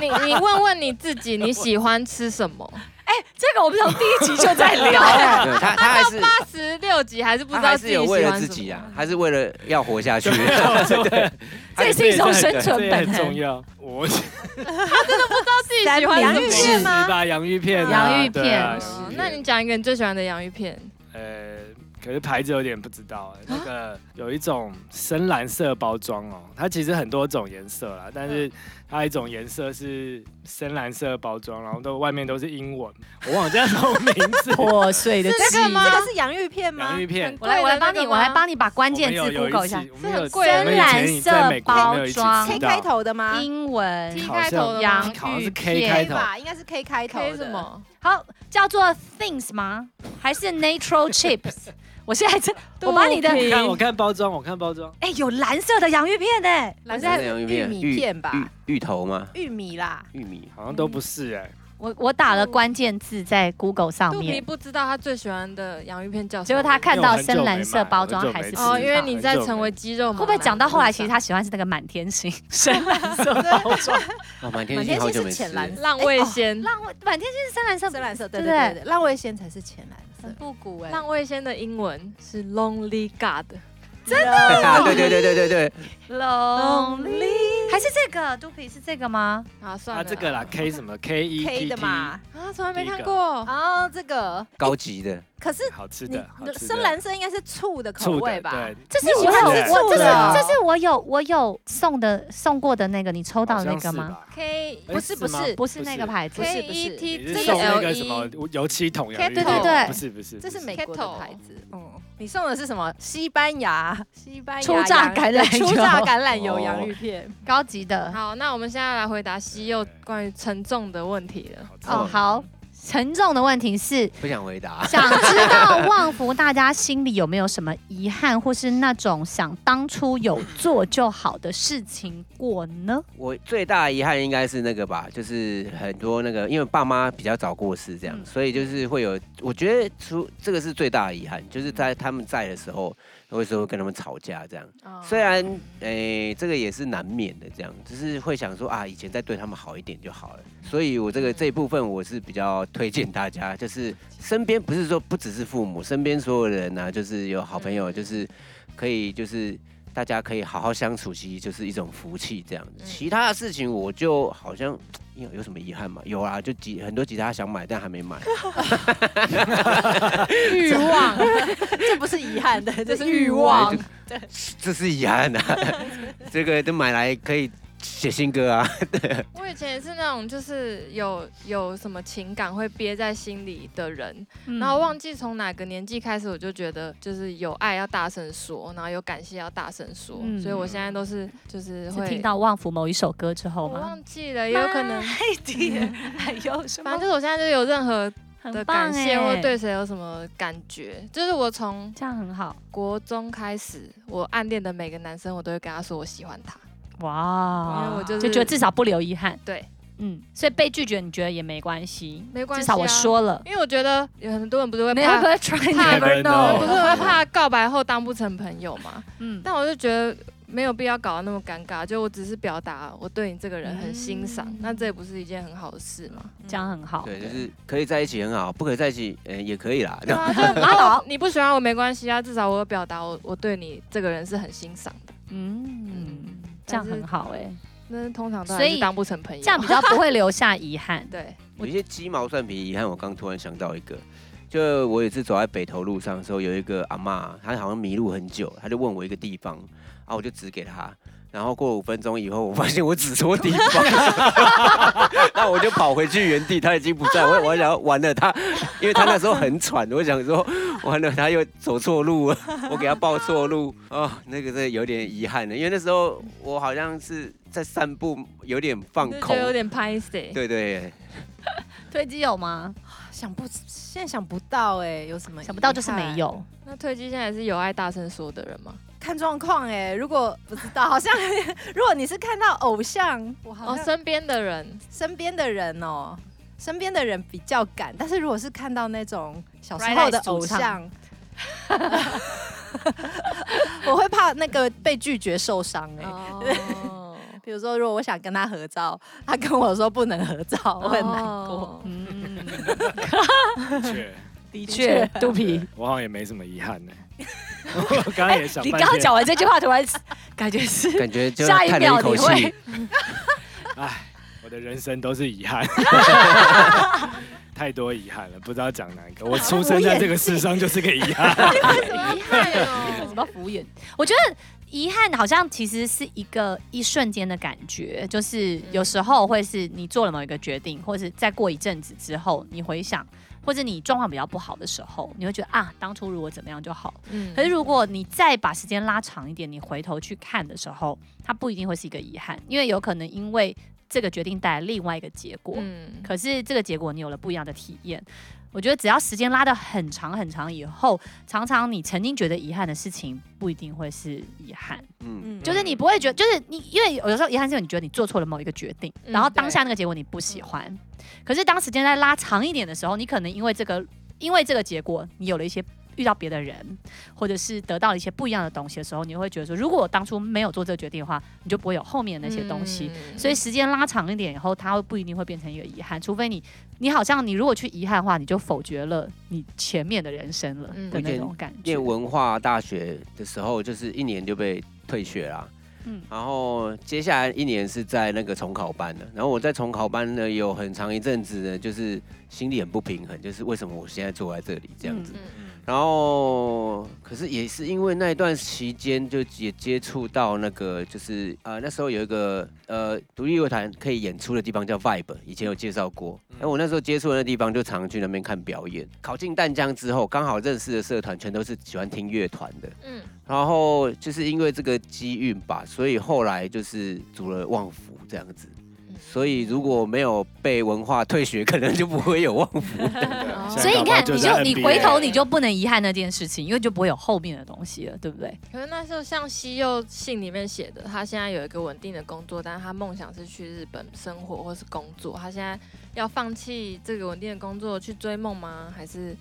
[SPEAKER 4] 你你问问你自己，你喜欢吃什么？
[SPEAKER 5] 这个我们从第一集就在聊，
[SPEAKER 1] 没有他他还是
[SPEAKER 4] 八十六集还是不
[SPEAKER 1] 他
[SPEAKER 4] 知道
[SPEAKER 1] 还
[SPEAKER 4] 自
[SPEAKER 1] 是
[SPEAKER 4] 己喜
[SPEAKER 1] 有
[SPEAKER 4] 欢
[SPEAKER 1] 为
[SPEAKER 4] 什
[SPEAKER 1] 了
[SPEAKER 4] 么。
[SPEAKER 1] 自己啊，他是为了要活 下去，
[SPEAKER 5] 这是一种生 存
[SPEAKER 7] 这也
[SPEAKER 5] 本
[SPEAKER 7] 很重
[SPEAKER 5] 能。
[SPEAKER 7] 要。我
[SPEAKER 4] 自己喜欢
[SPEAKER 6] 三
[SPEAKER 4] 什
[SPEAKER 6] 明
[SPEAKER 4] 么
[SPEAKER 6] 治
[SPEAKER 7] 美食吧，洋芋片啊，
[SPEAKER 5] 洋芋片。
[SPEAKER 7] 对啊洋芋
[SPEAKER 4] 哦
[SPEAKER 7] 片
[SPEAKER 4] 那你讲一个你最喜欢的洋芋片，
[SPEAKER 7] 呃，可是牌子有点不知道、哎那个有一种深蓝色包装哦，它其实很多种颜色啦，但是它有一种颜色是深蓝色包装，然后都外面都是英文，我忘了叫什么名字
[SPEAKER 5] 破哦碎的
[SPEAKER 6] 这个
[SPEAKER 5] 记
[SPEAKER 6] 吗？
[SPEAKER 5] 忆
[SPEAKER 6] 这个是洋芋片吗
[SPEAKER 7] 洋？芋片，
[SPEAKER 5] 我来，我来帮
[SPEAKER 4] 贵的那
[SPEAKER 5] 你，
[SPEAKER 4] 个吗
[SPEAKER 5] 我来帮你把
[SPEAKER 7] 我
[SPEAKER 5] 关
[SPEAKER 7] 们
[SPEAKER 5] 键字
[SPEAKER 7] 有有一
[SPEAKER 5] Google 一下
[SPEAKER 7] 次。我们有
[SPEAKER 4] 是很贵的
[SPEAKER 7] 我们以前在美国没有一起
[SPEAKER 5] 深蓝
[SPEAKER 7] 吃
[SPEAKER 5] 色包装
[SPEAKER 6] K
[SPEAKER 7] 到
[SPEAKER 6] 开头的吗
[SPEAKER 5] 英文
[SPEAKER 4] T
[SPEAKER 7] 好像
[SPEAKER 4] 开头的吗
[SPEAKER 5] 洋
[SPEAKER 7] 好像是
[SPEAKER 5] 芋
[SPEAKER 7] K
[SPEAKER 5] 片
[SPEAKER 7] 开
[SPEAKER 6] ？K
[SPEAKER 7] 头
[SPEAKER 6] 吧，应该是 K 开头
[SPEAKER 4] K
[SPEAKER 6] 的。
[SPEAKER 4] 什？么？
[SPEAKER 5] 好，叫做 Things 吗？还是 Natural Chips？我现在这，我把你的，
[SPEAKER 4] 肚
[SPEAKER 5] 哎、
[SPEAKER 4] 皮
[SPEAKER 7] 我看我看包装，我看包装，
[SPEAKER 6] 哎
[SPEAKER 5] 有蓝色的洋芋片哎、
[SPEAKER 6] 蓝色
[SPEAKER 1] 那种
[SPEAKER 6] 是玉米片吧？
[SPEAKER 1] 芋芋头吗？
[SPEAKER 6] 玉米 啦。
[SPEAKER 1] 玉米
[SPEAKER 7] 好像都不是哎、
[SPEAKER 5] 我我打了关键字在 Google 上
[SPEAKER 4] 肚皮
[SPEAKER 5] 面，
[SPEAKER 4] 不知道他最喜欢的洋芋片叫什
[SPEAKER 5] 结
[SPEAKER 4] 么
[SPEAKER 5] 果
[SPEAKER 4] 名字？
[SPEAKER 5] 他看到深蓝色包装还是不知道
[SPEAKER 4] 哦，因为你在成为肌肉，
[SPEAKER 5] 会哦不会讲到后来，其实他喜欢是那个满天星深蓝色包装？
[SPEAKER 1] 哦，满天
[SPEAKER 6] 满
[SPEAKER 1] 星
[SPEAKER 6] 天
[SPEAKER 1] 好
[SPEAKER 6] 星
[SPEAKER 1] 久
[SPEAKER 6] 是
[SPEAKER 1] 没吃
[SPEAKER 6] 浅
[SPEAKER 1] 了
[SPEAKER 6] 蓝，色，
[SPEAKER 4] 浪味仙？
[SPEAKER 5] 浪味满天星是深蓝色，
[SPEAKER 6] 深蓝色，对
[SPEAKER 5] 对
[SPEAKER 6] 对对对，浪味仙才是浅蓝
[SPEAKER 5] 很
[SPEAKER 6] 色。
[SPEAKER 5] 复古哎、
[SPEAKER 4] 浪味仙的英文是 Lonely God，
[SPEAKER 1] 对对对对对对，
[SPEAKER 5] Lonely 还是这个肚皮是这个吗？
[SPEAKER 4] 啊，算
[SPEAKER 7] 啊
[SPEAKER 4] 了，
[SPEAKER 7] 这个啦，K 什么 K E T
[SPEAKER 6] K
[SPEAKER 7] T
[SPEAKER 6] 的嘛，
[SPEAKER 4] 啊，从来没
[SPEAKER 7] 第一个
[SPEAKER 4] 看过。
[SPEAKER 6] 哦，这个
[SPEAKER 1] 高级的，
[SPEAKER 6] 可是
[SPEAKER 7] 好吃
[SPEAKER 6] 你
[SPEAKER 7] 的，好吃的
[SPEAKER 6] 深蓝色应该是醋的口
[SPEAKER 7] 醋
[SPEAKER 6] 味
[SPEAKER 7] 的
[SPEAKER 6] 吧？
[SPEAKER 7] 对，
[SPEAKER 5] 这是
[SPEAKER 6] 你
[SPEAKER 5] 我
[SPEAKER 6] 喜欢
[SPEAKER 5] 有
[SPEAKER 7] 吃
[SPEAKER 5] 我这
[SPEAKER 6] 醋
[SPEAKER 5] 是
[SPEAKER 6] 的
[SPEAKER 7] 啊
[SPEAKER 6] 哦
[SPEAKER 5] 这是我有我有送的送过的那个你抽到的那个吗？
[SPEAKER 7] 好像是吧？
[SPEAKER 4] K
[SPEAKER 7] 哎
[SPEAKER 6] 不是不
[SPEAKER 7] 吗
[SPEAKER 6] 是
[SPEAKER 5] 不是那个牌子
[SPEAKER 6] 不，是
[SPEAKER 4] K
[SPEAKER 6] 不
[SPEAKER 4] E
[SPEAKER 6] 是
[SPEAKER 4] T
[SPEAKER 7] 你是
[SPEAKER 4] T
[SPEAKER 7] 送那
[SPEAKER 4] L
[SPEAKER 7] 个什么
[SPEAKER 4] E，
[SPEAKER 7] 油漆桶洋芋
[SPEAKER 5] 对
[SPEAKER 7] 片？
[SPEAKER 5] 对对
[SPEAKER 7] 不是不是，
[SPEAKER 6] 这是
[SPEAKER 7] 不
[SPEAKER 6] 美国
[SPEAKER 4] Kettle
[SPEAKER 6] 的牌子。嗯，你送的是什么？西班 牙，西班牙
[SPEAKER 5] 初榨
[SPEAKER 6] 洋
[SPEAKER 5] 橄 榄油
[SPEAKER 6] 初榨橄榄油
[SPEAKER 1] 哦
[SPEAKER 6] 洋芋片。
[SPEAKER 5] 高级的。
[SPEAKER 4] 好，那我们现在来回答西柚关于沉重的问题了。
[SPEAKER 7] 好吃
[SPEAKER 5] 哦，好，沉重的问题是，
[SPEAKER 1] 不想回答。
[SPEAKER 5] 想知道旺福大家心里有没有什么遗憾，或是那种想当初有做就好的事情过呢？
[SPEAKER 1] 我最大的遗憾应该是那个吧，就是很多那个，因为爸妈比较早过世，这样，所以就是会有，我觉得出这个是最大的遗憾，就是在他们在的时候，我有时候会跟他们吵架这样。
[SPEAKER 4] 嗯哦
[SPEAKER 1] 虽然，诶、这个也是难免的，这样，就是会想说啊，以前再对他们好一点就好了。所以我这个这一部分我是比较推荐大家，就是身边不是说不只是父母，身边所有人呢、啊，就是有好朋友，就是可以就是大家可以好好相处，其实就是一种福气这样子。其他的事情我就好像有有什么遗憾嘛？有啊，就吉很多吉他想买但还没买，
[SPEAKER 4] 欲望，
[SPEAKER 6] 这不是遗憾 的，这是
[SPEAKER 4] 欲
[SPEAKER 6] 欲
[SPEAKER 4] 望
[SPEAKER 6] 望。
[SPEAKER 1] 哎就这是遗憾啊。这个都买来可以写新歌啊，
[SPEAKER 4] 我以前也是那种，就是有有什么情感会憋在心里的人，
[SPEAKER 5] 嗯
[SPEAKER 4] 然后忘记从哪个年纪开始，我就觉得就是有爱要大声说，然后有感谢要大声说，
[SPEAKER 5] 嗯
[SPEAKER 4] 所以我现在都是就是
[SPEAKER 5] 是
[SPEAKER 4] 会
[SPEAKER 5] 听到《旺福》某一首歌之
[SPEAKER 4] 我
[SPEAKER 5] 后吗？
[SPEAKER 4] 忘记了，也有可能，
[SPEAKER 5] 哎呦，什
[SPEAKER 4] 反正就是我现在就有任何的
[SPEAKER 5] 很棒
[SPEAKER 4] 感谢或
[SPEAKER 5] 哎
[SPEAKER 4] 对谁有什么感觉，就是我从
[SPEAKER 5] 这样很好
[SPEAKER 4] 国中开始，我暗恋的每个男生，我都会跟他说我喜欢他，
[SPEAKER 5] 哇，
[SPEAKER 4] 因为我哦就是
[SPEAKER 5] 就觉得至少不留遗憾。
[SPEAKER 4] 对，
[SPEAKER 5] 嗯，所以被拒绝你觉得也没关系，
[SPEAKER 4] 没关系、啊，
[SPEAKER 5] 至少我，说了。
[SPEAKER 4] 因为我觉得有很多人不是会
[SPEAKER 5] 没有
[SPEAKER 4] 怕
[SPEAKER 5] 不会 try
[SPEAKER 4] 怕
[SPEAKER 7] Never know
[SPEAKER 4] 不是会怕告白后当不成朋友吗？
[SPEAKER 5] 嗯，
[SPEAKER 4] 但我就觉得没有必要搞得那么尴尬，就我只是表达我对你这个人很欣赏，
[SPEAKER 5] 嗯
[SPEAKER 4] 那这也不是一件很好的事吗？
[SPEAKER 5] 这样很好。
[SPEAKER 1] 对，就是可以在一起很好，不可以在一起，嗯、也可以啦。
[SPEAKER 4] 对啊，就
[SPEAKER 5] 拉 倒。
[SPEAKER 4] 你不喜欢我没关系啊，至少我有表达我我对你这个人是很欣赏的。
[SPEAKER 5] 嗯，这样很好哎、
[SPEAKER 4] 那通常都还
[SPEAKER 5] 所以
[SPEAKER 4] 是当不成朋友，。
[SPEAKER 5] 这样比较不会留下遗憾
[SPEAKER 4] 对，
[SPEAKER 1] 有一些鸡毛蒜皮遗憾，我刚突然想到一个，就我有一次走在北投路上的时候，有一个阿嬷，她好像迷路很久，她就问我一个地方，啊，我就指给她。然后过了五分钟以后，我发现我指错地方， 那我就跑回去原地，她已经不在，我我想要完了她，因为她那时候很喘，我想说完了她又走错路了，我给她报错路啊、哦，那个是有点遗憾的，因为那时候我好像是在散步，有点放
[SPEAKER 4] 就觉
[SPEAKER 1] 空
[SPEAKER 4] 得，有点拍谁。
[SPEAKER 1] 对对，
[SPEAKER 5] 推机有吗？
[SPEAKER 6] 想不现在想不到哎、有什么
[SPEAKER 5] 想不到就是没
[SPEAKER 6] 遗憾，
[SPEAKER 5] 有。
[SPEAKER 4] 那退机现在是有爱大声说的人吗？
[SPEAKER 6] 看状况哎。如果不知道，好像 如果你是看到偶像，我好
[SPEAKER 4] 哦，
[SPEAKER 6] 像
[SPEAKER 4] 身边的人，
[SPEAKER 6] 身边的人哦，身边的人比较敢，但是如果是看到那种小时
[SPEAKER 5] Bright
[SPEAKER 6] 候的
[SPEAKER 5] Eyes 主
[SPEAKER 6] 偶像， 我会怕那个被拒绝受伤哎、
[SPEAKER 4] 哦，
[SPEAKER 6] 比如说，如果我想跟他合照，他跟我说不能合
[SPEAKER 5] 哦
[SPEAKER 6] 照，我很难
[SPEAKER 4] 哦。
[SPEAKER 6] 过。
[SPEAKER 5] 嗯，
[SPEAKER 7] 确
[SPEAKER 5] 的确，肚皮。
[SPEAKER 7] 我好像也没什么遗憾呢。我刚刚也想
[SPEAKER 5] 哎你
[SPEAKER 7] 半
[SPEAKER 5] 刚刚
[SPEAKER 7] 天，
[SPEAKER 5] 讲完这句话，突然感觉是
[SPEAKER 1] 感觉就
[SPEAKER 5] 下一
[SPEAKER 1] 叹
[SPEAKER 5] 秒
[SPEAKER 1] 了一口
[SPEAKER 5] 你会
[SPEAKER 1] 气。
[SPEAKER 7] 哎，我的人生都是遗憾，太多遗憾了，不知道讲哪一个。我出生在这个世上就是个遗憾。
[SPEAKER 4] 遗憾哦
[SPEAKER 5] 什么敷衍？我觉得遗憾好像其实是一个一瞬间的感觉，就是有时候会是你做了某一个决定，或是再过一阵子之后，你回想，或者你状况比较不好的时候，你会觉得啊，当初如果怎么样就好。
[SPEAKER 4] 嗯
[SPEAKER 5] 可是如果你再把时间拉长一点，你回头去看的时候，它不一定会是一个遗憾，因为有可能因为这个决定带来另外一个结果。
[SPEAKER 4] 嗯
[SPEAKER 5] 可是这个结果你有了不一样的体验。我觉得只要时间拉得很长很长以后，常常你曾经觉得遗憾的事情，不一定会是遗憾，
[SPEAKER 1] 嗯，
[SPEAKER 6] 嗯，
[SPEAKER 5] 就是你不会觉得，就是你因为有的时候遗憾是因为你觉得你做错了某一个决定，
[SPEAKER 4] 嗯
[SPEAKER 5] 然后当下那个结果你不喜欢。可是当时间再拉长一点的时候，你可能因为这个，因为这个结果，你有了一些。遇到别的人，或者是得到了一些不一样的东西的时候，你会觉得说，如果我当初没有做这个决定的话，你就不会有后面的那些东西。，
[SPEAKER 4] 嗯
[SPEAKER 5] 所以时间拉长一点以后，它会不一定会变成一个遗憾，除非你，你好像你如果去遗憾的话，你就否决了你前面的人生了
[SPEAKER 4] 嗯
[SPEAKER 5] 的那种感觉。
[SPEAKER 1] 念文化大学的时候，就是一年就被退学啦。
[SPEAKER 5] 嗯
[SPEAKER 1] 嗯，然后接下来一年是在那个重考班的，然后我在重考班呢有很长一阵子呢，就是心里很不平衡，就是为什么我现在坐在这里这样子。
[SPEAKER 4] 嗯
[SPEAKER 1] 然后可是也是因为那一段期间就也接触到那个就是呃那时候有一个呃独立乐团可以演出的地方叫 Vibe，以前有介绍过。哎、我那时候接触的那地方就常去那边看表演。考进淡江之后，刚好认识的社团全都是喜欢听乐团的。
[SPEAKER 4] 嗯
[SPEAKER 1] 然后就是因为这个机遇吧，所以后来就是组了旺福这样子。所以如果没有被文化退学，可能就不会有旺福。
[SPEAKER 4] 嗯
[SPEAKER 5] 所以你看，你就你回头
[SPEAKER 4] 欸
[SPEAKER 5] 你就不能遗憾那件事情，因为就不会有后面的东西了，对不对？
[SPEAKER 4] 可是那时候像西柚信里面写的，他现在有一个稳定的工作，但是他梦想是去日本生活或是工作。他现在要放弃这个稳定的工作去追梦吗？还是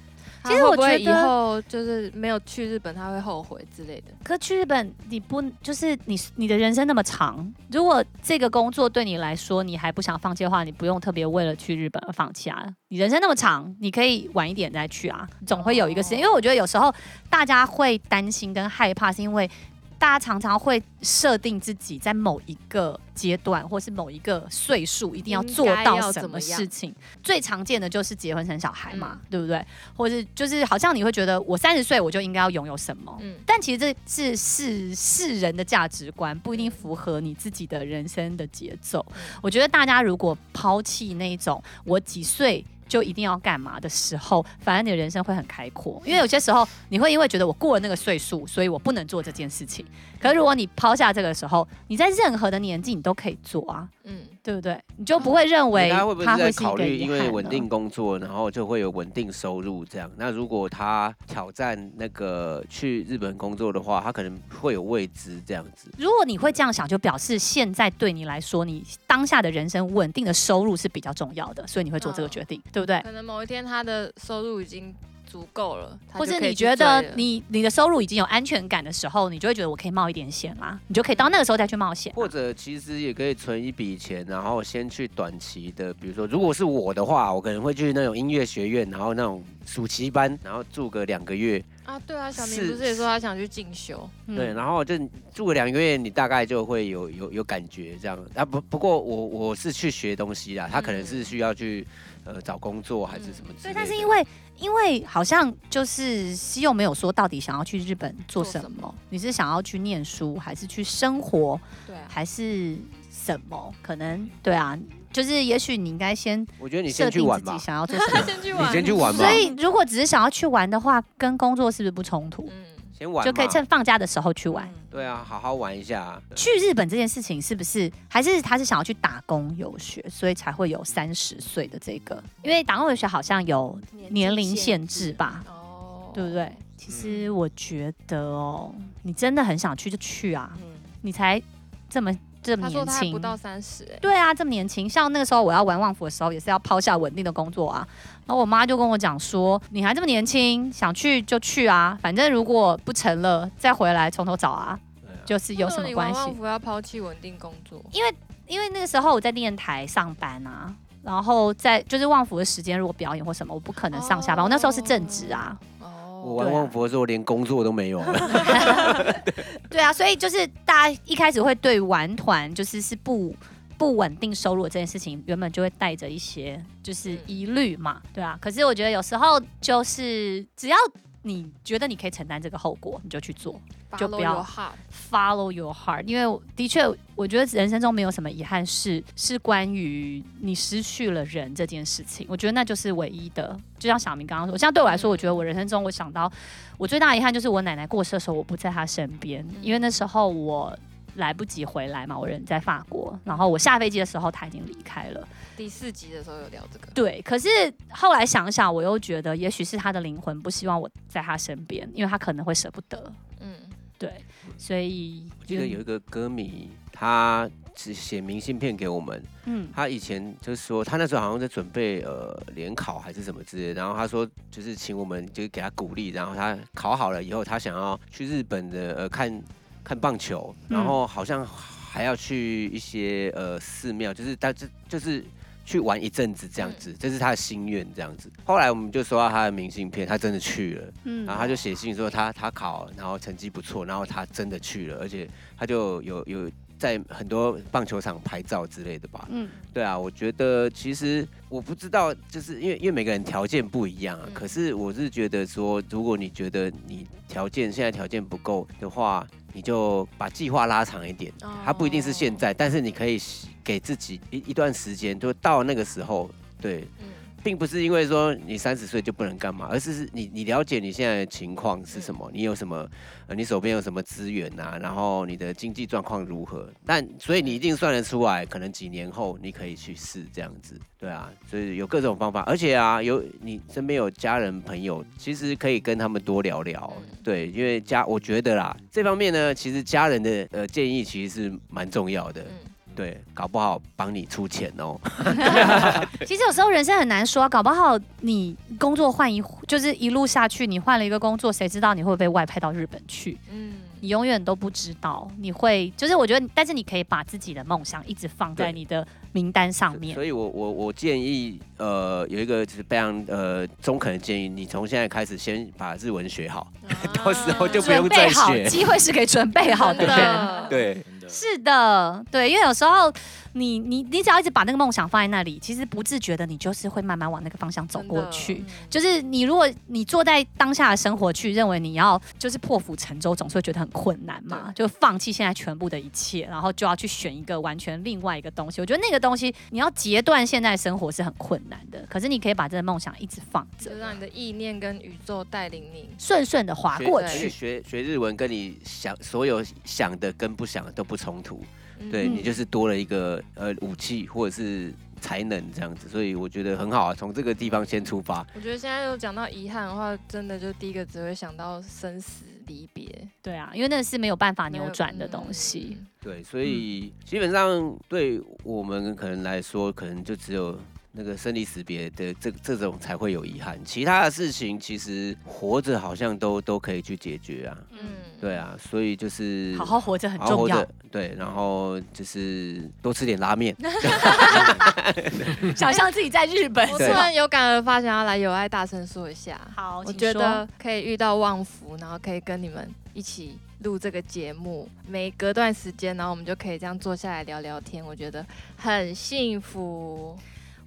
[SPEAKER 4] 他
[SPEAKER 5] 其实我
[SPEAKER 4] 会不会
[SPEAKER 5] 觉
[SPEAKER 4] 以
[SPEAKER 5] 得
[SPEAKER 4] 后就是没有去日本，他会后悔之类的。
[SPEAKER 5] 可去日本，你不就是你你的人生那么长，如果这个工作对你来说你还不想放弃的话，你不用特别为了去日本而放弃啊。你人生那么长，你可以晚一点再去啊，总会有一个时间。因为我觉得有时候大家会担心跟害怕，是因为大家常常会设定自己在某一个阶段，或是某一个岁数一定要做
[SPEAKER 4] 应该
[SPEAKER 5] 到
[SPEAKER 4] 要
[SPEAKER 5] 什
[SPEAKER 4] 怎么
[SPEAKER 5] 么
[SPEAKER 4] 样
[SPEAKER 5] 事情。最常见的就是结婚生小孩嘛，对不对？或是就是好像你会觉得我三十岁我就应该要拥有什么，
[SPEAKER 4] 嗯，
[SPEAKER 5] 但其实这是世世人的价值观，不一定符合你自己的人生的节奏。我觉得大家如果抛弃那一种我几岁。就一定要干嘛的时候，反而你的人生会很开阔，因为有些时候你会因为觉得我过了那个岁数，所以我不能做这件事情。可是如果你抛下这个时候，你在任何的年纪你都可以做啊，
[SPEAKER 4] 嗯，
[SPEAKER 5] 对不对？你就不会认为
[SPEAKER 1] 他会不会
[SPEAKER 5] 它
[SPEAKER 1] 是在
[SPEAKER 5] 会是一
[SPEAKER 1] 考
[SPEAKER 5] 个
[SPEAKER 1] 虑，
[SPEAKER 5] 遗
[SPEAKER 1] 因
[SPEAKER 5] 憾
[SPEAKER 1] 为
[SPEAKER 5] 呢
[SPEAKER 1] 稳定工作，然后就会有稳定收入这样？那如果他挑战那个去日本工作的话，他可能会有未知这样子。
[SPEAKER 5] 如果你会这样想，就表示现在对你来说，你当下的人生稳定的收入是比较重要的，所以你会做这个决定，对不对？
[SPEAKER 4] 可能某一天他的收入已经足够了，他
[SPEAKER 5] 或
[SPEAKER 4] 就是可以
[SPEAKER 5] 你
[SPEAKER 4] 去追
[SPEAKER 5] 觉得
[SPEAKER 4] 了
[SPEAKER 5] 你你的收入已经有安全感的时候，你就会觉得我可以冒一点险啦，你就可以到那个时候再去冒险啊。
[SPEAKER 1] 或者其实也可以存一笔钱，然后先去短期的，比如说，如果是我的话，我可能会去那种音乐学院，然后那种暑期班，然后住个两个月，
[SPEAKER 4] 啊，对啊，小明
[SPEAKER 1] 是
[SPEAKER 4] 不是也说他想去进修，
[SPEAKER 5] 嗯
[SPEAKER 1] 对，然后就住个两个月，你大概就会有有有感觉这样。啊不不过我我是去学东西啦，他可能是需要去呃找工作还是什么之
[SPEAKER 5] 嗯对
[SPEAKER 1] 类，的。
[SPEAKER 5] 但是因为因为好像就是西柚没有说到底想要去日本做
[SPEAKER 4] 做
[SPEAKER 5] 什
[SPEAKER 4] 什
[SPEAKER 5] 么，你是想要去念书，还是去生活，
[SPEAKER 4] 对啊，
[SPEAKER 5] 还是什么？可能对啊，就是也许你应该先
[SPEAKER 1] 我觉得你
[SPEAKER 5] 设
[SPEAKER 1] 先去
[SPEAKER 5] 定自
[SPEAKER 1] 玩
[SPEAKER 5] 己
[SPEAKER 1] 吧，
[SPEAKER 5] 想要做什么
[SPEAKER 4] 他先去玩，
[SPEAKER 1] 你先去玩吧
[SPEAKER 5] 所，以，如果只是想要去玩的话，跟工作是不是不冲突？
[SPEAKER 4] 嗯，
[SPEAKER 1] 先玩
[SPEAKER 5] 就可以
[SPEAKER 1] 嘛
[SPEAKER 5] 趁哦放假的时候去玩。
[SPEAKER 1] 对啊，好好玩一下。
[SPEAKER 5] 去日本这件事情是不是还是他是想要去打工游学，所以才会有三十岁的这个？因为打工游学好像有
[SPEAKER 6] 嗯
[SPEAKER 5] 年龄限制吧，
[SPEAKER 4] 哦，
[SPEAKER 5] 对不对？其实我觉得哦，你真的很想去就去
[SPEAKER 6] 嗯
[SPEAKER 5] 啊，你才这么这么
[SPEAKER 4] 他说
[SPEAKER 5] 年
[SPEAKER 4] 他还
[SPEAKER 5] 轻
[SPEAKER 4] 不。到三十，哎，
[SPEAKER 5] 对啊，这么年轻，像那个时候我要玩旺福的时候，也是要抛下稳定的工作啊。然后我妈就跟我讲说：“你还这么年轻，想去就去啊，反正如果不成了，再回来从头找啊，
[SPEAKER 1] 对啊
[SPEAKER 5] 就是有什么关系
[SPEAKER 4] 不要抛弃稳定工作，？”
[SPEAKER 5] 因为那个时候我在电台上班啊，然后在就是旺福的时间，如果表演或什么，我不可能上下班。
[SPEAKER 4] 哦
[SPEAKER 5] 我那时候是正职啊，
[SPEAKER 4] 哦，
[SPEAKER 1] 我玩
[SPEAKER 5] 对啊
[SPEAKER 1] 旺佛的时候连工作都没有 了。
[SPEAKER 5] 对啊，所以就是大家一开始会对玩团就是是不不稳定收入的这件事情，原本就会带着一些就是疑虑嘛，对啊。可是我觉得有时候就是只要你觉得你可以承担这个后果，你就去做就不
[SPEAKER 4] Follow
[SPEAKER 5] 要
[SPEAKER 4] your heart
[SPEAKER 5] ，follow your heart。因为我的确，我觉得人生中没有什么遗憾是是关于你失去了人这件事情，我觉得那就是唯一的。就像小明刚刚说，像对我来说，我觉得我人生中我想到我最大的遗憾就是我奶奶过世的时候，我不在她身边，因为那时候我来不及回来嘛，我人在法国，然后我下飞机的时候她已经离开了。
[SPEAKER 4] 第四集的时候有聊这个，
[SPEAKER 5] 对，可是后来想想，我又觉得也许是她的灵魂不希望我在她身边，因为她可能会舍不得。
[SPEAKER 4] 嗯，
[SPEAKER 5] 对，所以
[SPEAKER 1] 我记得有一个歌迷，他只写明信片给我们。
[SPEAKER 5] 嗯
[SPEAKER 1] 他以前就说，他那时候好像在准备呃联考还是什么之类的，然后他说就是请我们就是给他鼓励，然后他考好了以后，他想要去日本的呃看看棒球，然后好像还要去一些呃寺庙，就是他就就是。去玩一阵子这样子，这是他的心愿这样子。后来我们就收到他的明信片，他真的去了。
[SPEAKER 5] 嗯
[SPEAKER 1] 然后他就写信说他他考，然后成绩不错，然后他真的去了，而且他就有有在很多棒球场拍照之类的吧。
[SPEAKER 5] 嗯
[SPEAKER 1] 对啊，我觉得其实我不知道，就是因为因为每个人条件不一样啊。
[SPEAKER 4] 嗯
[SPEAKER 1] 可是我是觉得说，如果你觉得你条件现在条件不够的话，你就把计划拉长一点。
[SPEAKER 4] 哦
[SPEAKER 1] 它不一定是现在，但是你可以给自己一一段时间，就到那个时候，对，
[SPEAKER 4] 嗯，
[SPEAKER 1] 并不是因为说你三十岁就不能干嘛，而是是你你了解你现在的情况是什么，你有什么，呃、你手边有什么资源啊，然后你的经济状况如何，但所以你一定算得出来，可能几年后你可以去试这样子，对啊，所以有各种方法，而且啊，有你身边有家人朋友，其实可以跟他们多聊聊
[SPEAKER 4] 嗯，
[SPEAKER 1] 对，因为家我觉得啦，这方面呢，其实家人的呃建议其实是蛮重要的，
[SPEAKER 4] 嗯
[SPEAKER 1] 对，搞不好帮你出钱哦。
[SPEAKER 5] 其实有时候人生很难说，搞不好你工作换一，就是一路下去，你换了一个工作，谁知道你会被外派到日本去？
[SPEAKER 4] 嗯，
[SPEAKER 5] 你永远都不知道，你会就是我觉得，但是你可以把自己的梦想一直放在
[SPEAKER 1] 对
[SPEAKER 5] 你的名单上面。
[SPEAKER 1] 所以我我我建议，呃，有一个就是非常呃中肯的建议，你从现在开始先把日文学好， 到时候就不
[SPEAKER 5] 准
[SPEAKER 1] 用
[SPEAKER 5] 备
[SPEAKER 1] 再
[SPEAKER 5] 好，
[SPEAKER 1] 学。
[SPEAKER 5] 机会是给准备好的
[SPEAKER 4] 啊真
[SPEAKER 5] 人。
[SPEAKER 4] 的，
[SPEAKER 1] 对，
[SPEAKER 7] 真的
[SPEAKER 5] 是的，对，因为有时候你你你只要一直把那个梦想放在那里，其实不自觉的你就是会慢慢往那个方向走过去
[SPEAKER 4] 真。的，嗯
[SPEAKER 5] 就是你如果你坐在当下的生活去认为你要就是破釜沉舟，总是会觉得很困难嘛，就放弃现在全部的一切，然后就要去选一个完全另外一个东西。我觉得那个东西你要截断现在生活是很困难的，可是你可以把这个梦想一直放着
[SPEAKER 4] 就，让你的意念跟宇宙带领你。
[SPEAKER 5] 顺顺的划
[SPEAKER 1] 学
[SPEAKER 5] 过
[SPEAKER 1] 对
[SPEAKER 5] 去
[SPEAKER 1] 因为。学学日文跟你想所有想的跟不想的都不冲突，对
[SPEAKER 5] 嗯
[SPEAKER 1] 你就是多了一个呃武器或者是才能这样子，所以我觉得很好啊，从这个地方先出发。
[SPEAKER 4] 我觉得现在有讲到遗憾的话，真的就第一个只会想到生死离别，
[SPEAKER 5] 对啊，因为那是没有办法
[SPEAKER 4] 没有
[SPEAKER 5] 扭转的东西。。
[SPEAKER 4] 嗯
[SPEAKER 1] 对，所以基本上对我们可能来说，可能就只有那个生离死别的这这种才会有遗憾，其他的事情其实活着好像都都可以去解决啊。
[SPEAKER 5] 嗯，
[SPEAKER 1] 对啊，所以就是
[SPEAKER 5] 好好活着很
[SPEAKER 1] 好好
[SPEAKER 5] 重
[SPEAKER 1] 活
[SPEAKER 5] 要
[SPEAKER 1] 着。，对，然后就是多吃点拉面，
[SPEAKER 5] 想象自己在日本
[SPEAKER 4] 我突
[SPEAKER 1] 对啊
[SPEAKER 4] 然有感而发，想要来有爱大声说一下。
[SPEAKER 5] 好，
[SPEAKER 4] 我
[SPEAKER 5] 请
[SPEAKER 4] 觉
[SPEAKER 5] 说
[SPEAKER 4] 得可以遇到旺福，然后可以跟你们一起录这个节目，每隔段时间，然后我们就可以这样坐下来聊聊天，我觉得很幸福。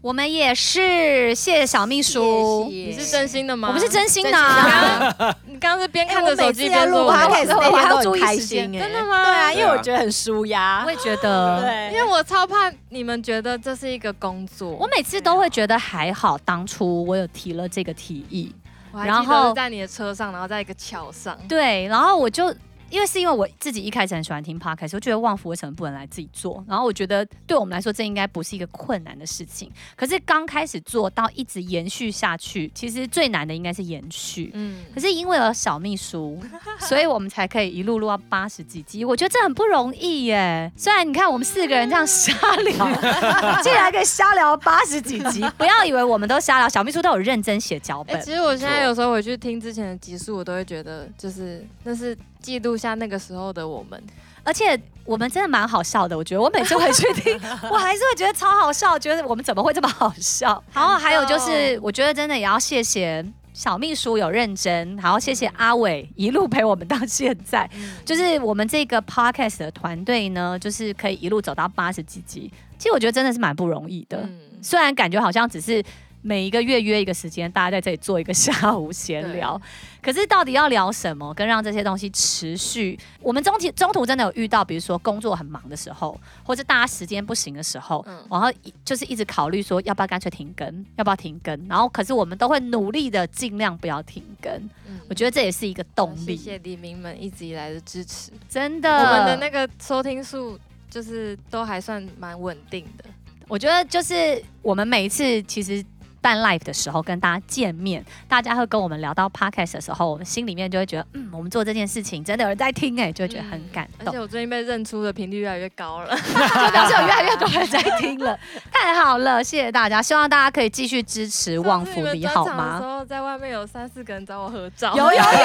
[SPEAKER 5] 我们也是，谢谢小秘书。
[SPEAKER 4] 你是真心的吗？
[SPEAKER 5] 我们是真心的、
[SPEAKER 4] 你
[SPEAKER 5] 啊，
[SPEAKER 4] 刚刚， 你刚刚是边
[SPEAKER 6] 哎
[SPEAKER 4] 看
[SPEAKER 6] 我
[SPEAKER 4] 着手
[SPEAKER 6] 每
[SPEAKER 4] 机
[SPEAKER 6] 次在
[SPEAKER 4] 边
[SPEAKER 6] 录
[SPEAKER 4] 录，
[SPEAKER 5] 我
[SPEAKER 6] podcast 那
[SPEAKER 5] 还
[SPEAKER 6] 天
[SPEAKER 5] 要
[SPEAKER 6] 都
[SPEAKER 5] 注
[SPEAKER 6] 很
[SPEAKER 5] 意
[SPEAKER 6] 开
[SPEAKER 5] 时间
[SPEAKER 6] 心哎，
[SPEAKER 4] 真的吗？
[SPEAKER 6] 对啊，因为我
[SPEAKER 1] 对啊
[SPEAKER 6] 觉得很舒压
[SPEAKER 5] 我。也觉得，
[SPEAKER 4] 因，
[SPEAKER 6] 对
[SPEAKER 4] 为我超怕你们觉得这是一个工作。
[SPEAKER 5] 我每次都会觉得还好，当初我有提了这个提议，
[SPEAKER 4] 我还
[SPEAKER 5] 然
[SPEAKER 4] 记得
[SPEAKER 5] 后
[SPEAKER 4] 是在你的车上，然后在一个桥上，
[SPEAKER 5] 对，然后我就因为是因为我自己一开始很喜欢听 podcast，我觉得旺福为什么不能来自己做？然后我觉得对我们来说，这应该不是一个困难的事情。可是刚开始做到一直延续下去，其实最难的应该是延续。
[SPEAKER 4] 嗯，
[SPEAKER 5] 可是因为有小秘 书，所以我们才可以一路录到八十几集。我觉得这很不容易耶。虽然你看我们四个人这样瞎聊， 竟然可以瞎聊八十几集， 不要以为我们都瞎聊，小秘书都有认真写脚
[SPEAKER 4] 哎、
[SPEAKER 5] 本。
[SPEAKER 4] 其实我现在有时候回去听之前的集数，我都会觉得就是那是记录下那个时候的我们。
[SPEAKER 5] 而且我们真的蛮好笑的，我觉得我每次回去听，我还是会觉得超好笑，觉得我们怎么会这么好笑？然后还有就是，我觉得真的也要谢谢。小秘书有认真，然后谢谢阿伟一路陪我们到现在。就是我们这个 podcast 的团队呢，就是可以一路走到八十几集，其实我觉得真的是蛮不容易的。
[SPEAKER 4] 嗯，
[SPEAKER 5] 虽然感觉好像只是每一个月约一个时间，大家在这里做一个下午闲聊，可是到底要聊什么，跟让这些东西持续，我们中间中途真的有遇到，比如说工作很忙的时候，或者大家时间不行的时候，
[SPEAKER 4] 嗯
[SPEAKER 5] 然后一就是一直考虑说要不要干脆停更，要不要停更，然后可是我们都会努力的尽量不要停更，
[SPEAKER 4] 嗯
[SPEAKER 5] 我觉得这也是一个动力，
[SPEAKER 4] 谢谢黎明们一直以来的支持，
[SPEAKER 5] 真的，
[SPEAKER 4] 我们的那个收听数就是都还算蛮稳定的。
[SPEAKER 5] 我觉得就是我们每一次其实办 live 的时候跟大家见面，大家会跟我们聊到 podcast 的时候，我们心里面就会觉得，嗯，我们做这件事情真的有人在听哎、就会觉得很感
[SPEAKER 4] 嗯 而
[SPEAKER 5] 动
[SPEAKER 4] 且，我最近被认出的频率越来越高了。
[SPEAKER 5] 就表示有越来越多人在听了， 太好了，谢谢大家，希望大家可以继续支持旺 福
[SPEAKER 4] 上次你
[SPEAKER 5] 你
[SPEAKER 4] 们
[SPEAKER 5] 好
[SPEAKER 4] 专场的时
[SPEAKER 5] 吗？
[SPEAKER 4] 候在外面有三四个人找我合照，
[SPEAKER 5] 有有
[SPEAKER 4] 想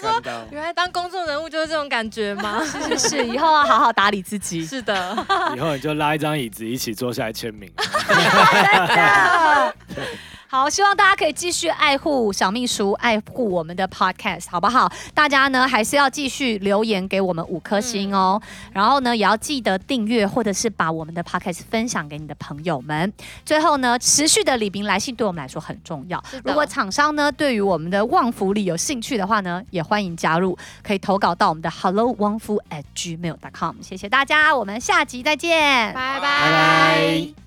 [SPEAKER 4] 说
[SPEAKER 7] 看到
[SPEAKER 4] 原来当公众人物就是这种感觉 吗？
[SPEAKER 5] 有，是是，以后要好好打理自己。
[SPEAKER 4] 是的，
[SPEAKER 7] 以后你就拉一张椅子一起坐下来签名。
[SPEAKER 5] 好，希望大家可以继续爱护小秘书，爱护我们的 podcast，好不好？大家呢还是要继续留言给我们五颗星哦，
[SPEAKER 4] 嗯
[SPEAKER 5] 然后呢也要记得订阅或者是把我们的 podcast 分享给你的朋友们。最后呢，持续的礼宾来信对我们来说很重要。
[SPEAKER 4] 是的
[SPEAKER 5] 如果厂商呢对于我们的旺福礼有兴趣的话呢，也欢迎加入，可以投稿到我们的 hello 旺福 at gmail.com。谢谢大家，我们下集再见，
[SPEAKER 4] 拜拜。
[SPEAKER 7] 拜拜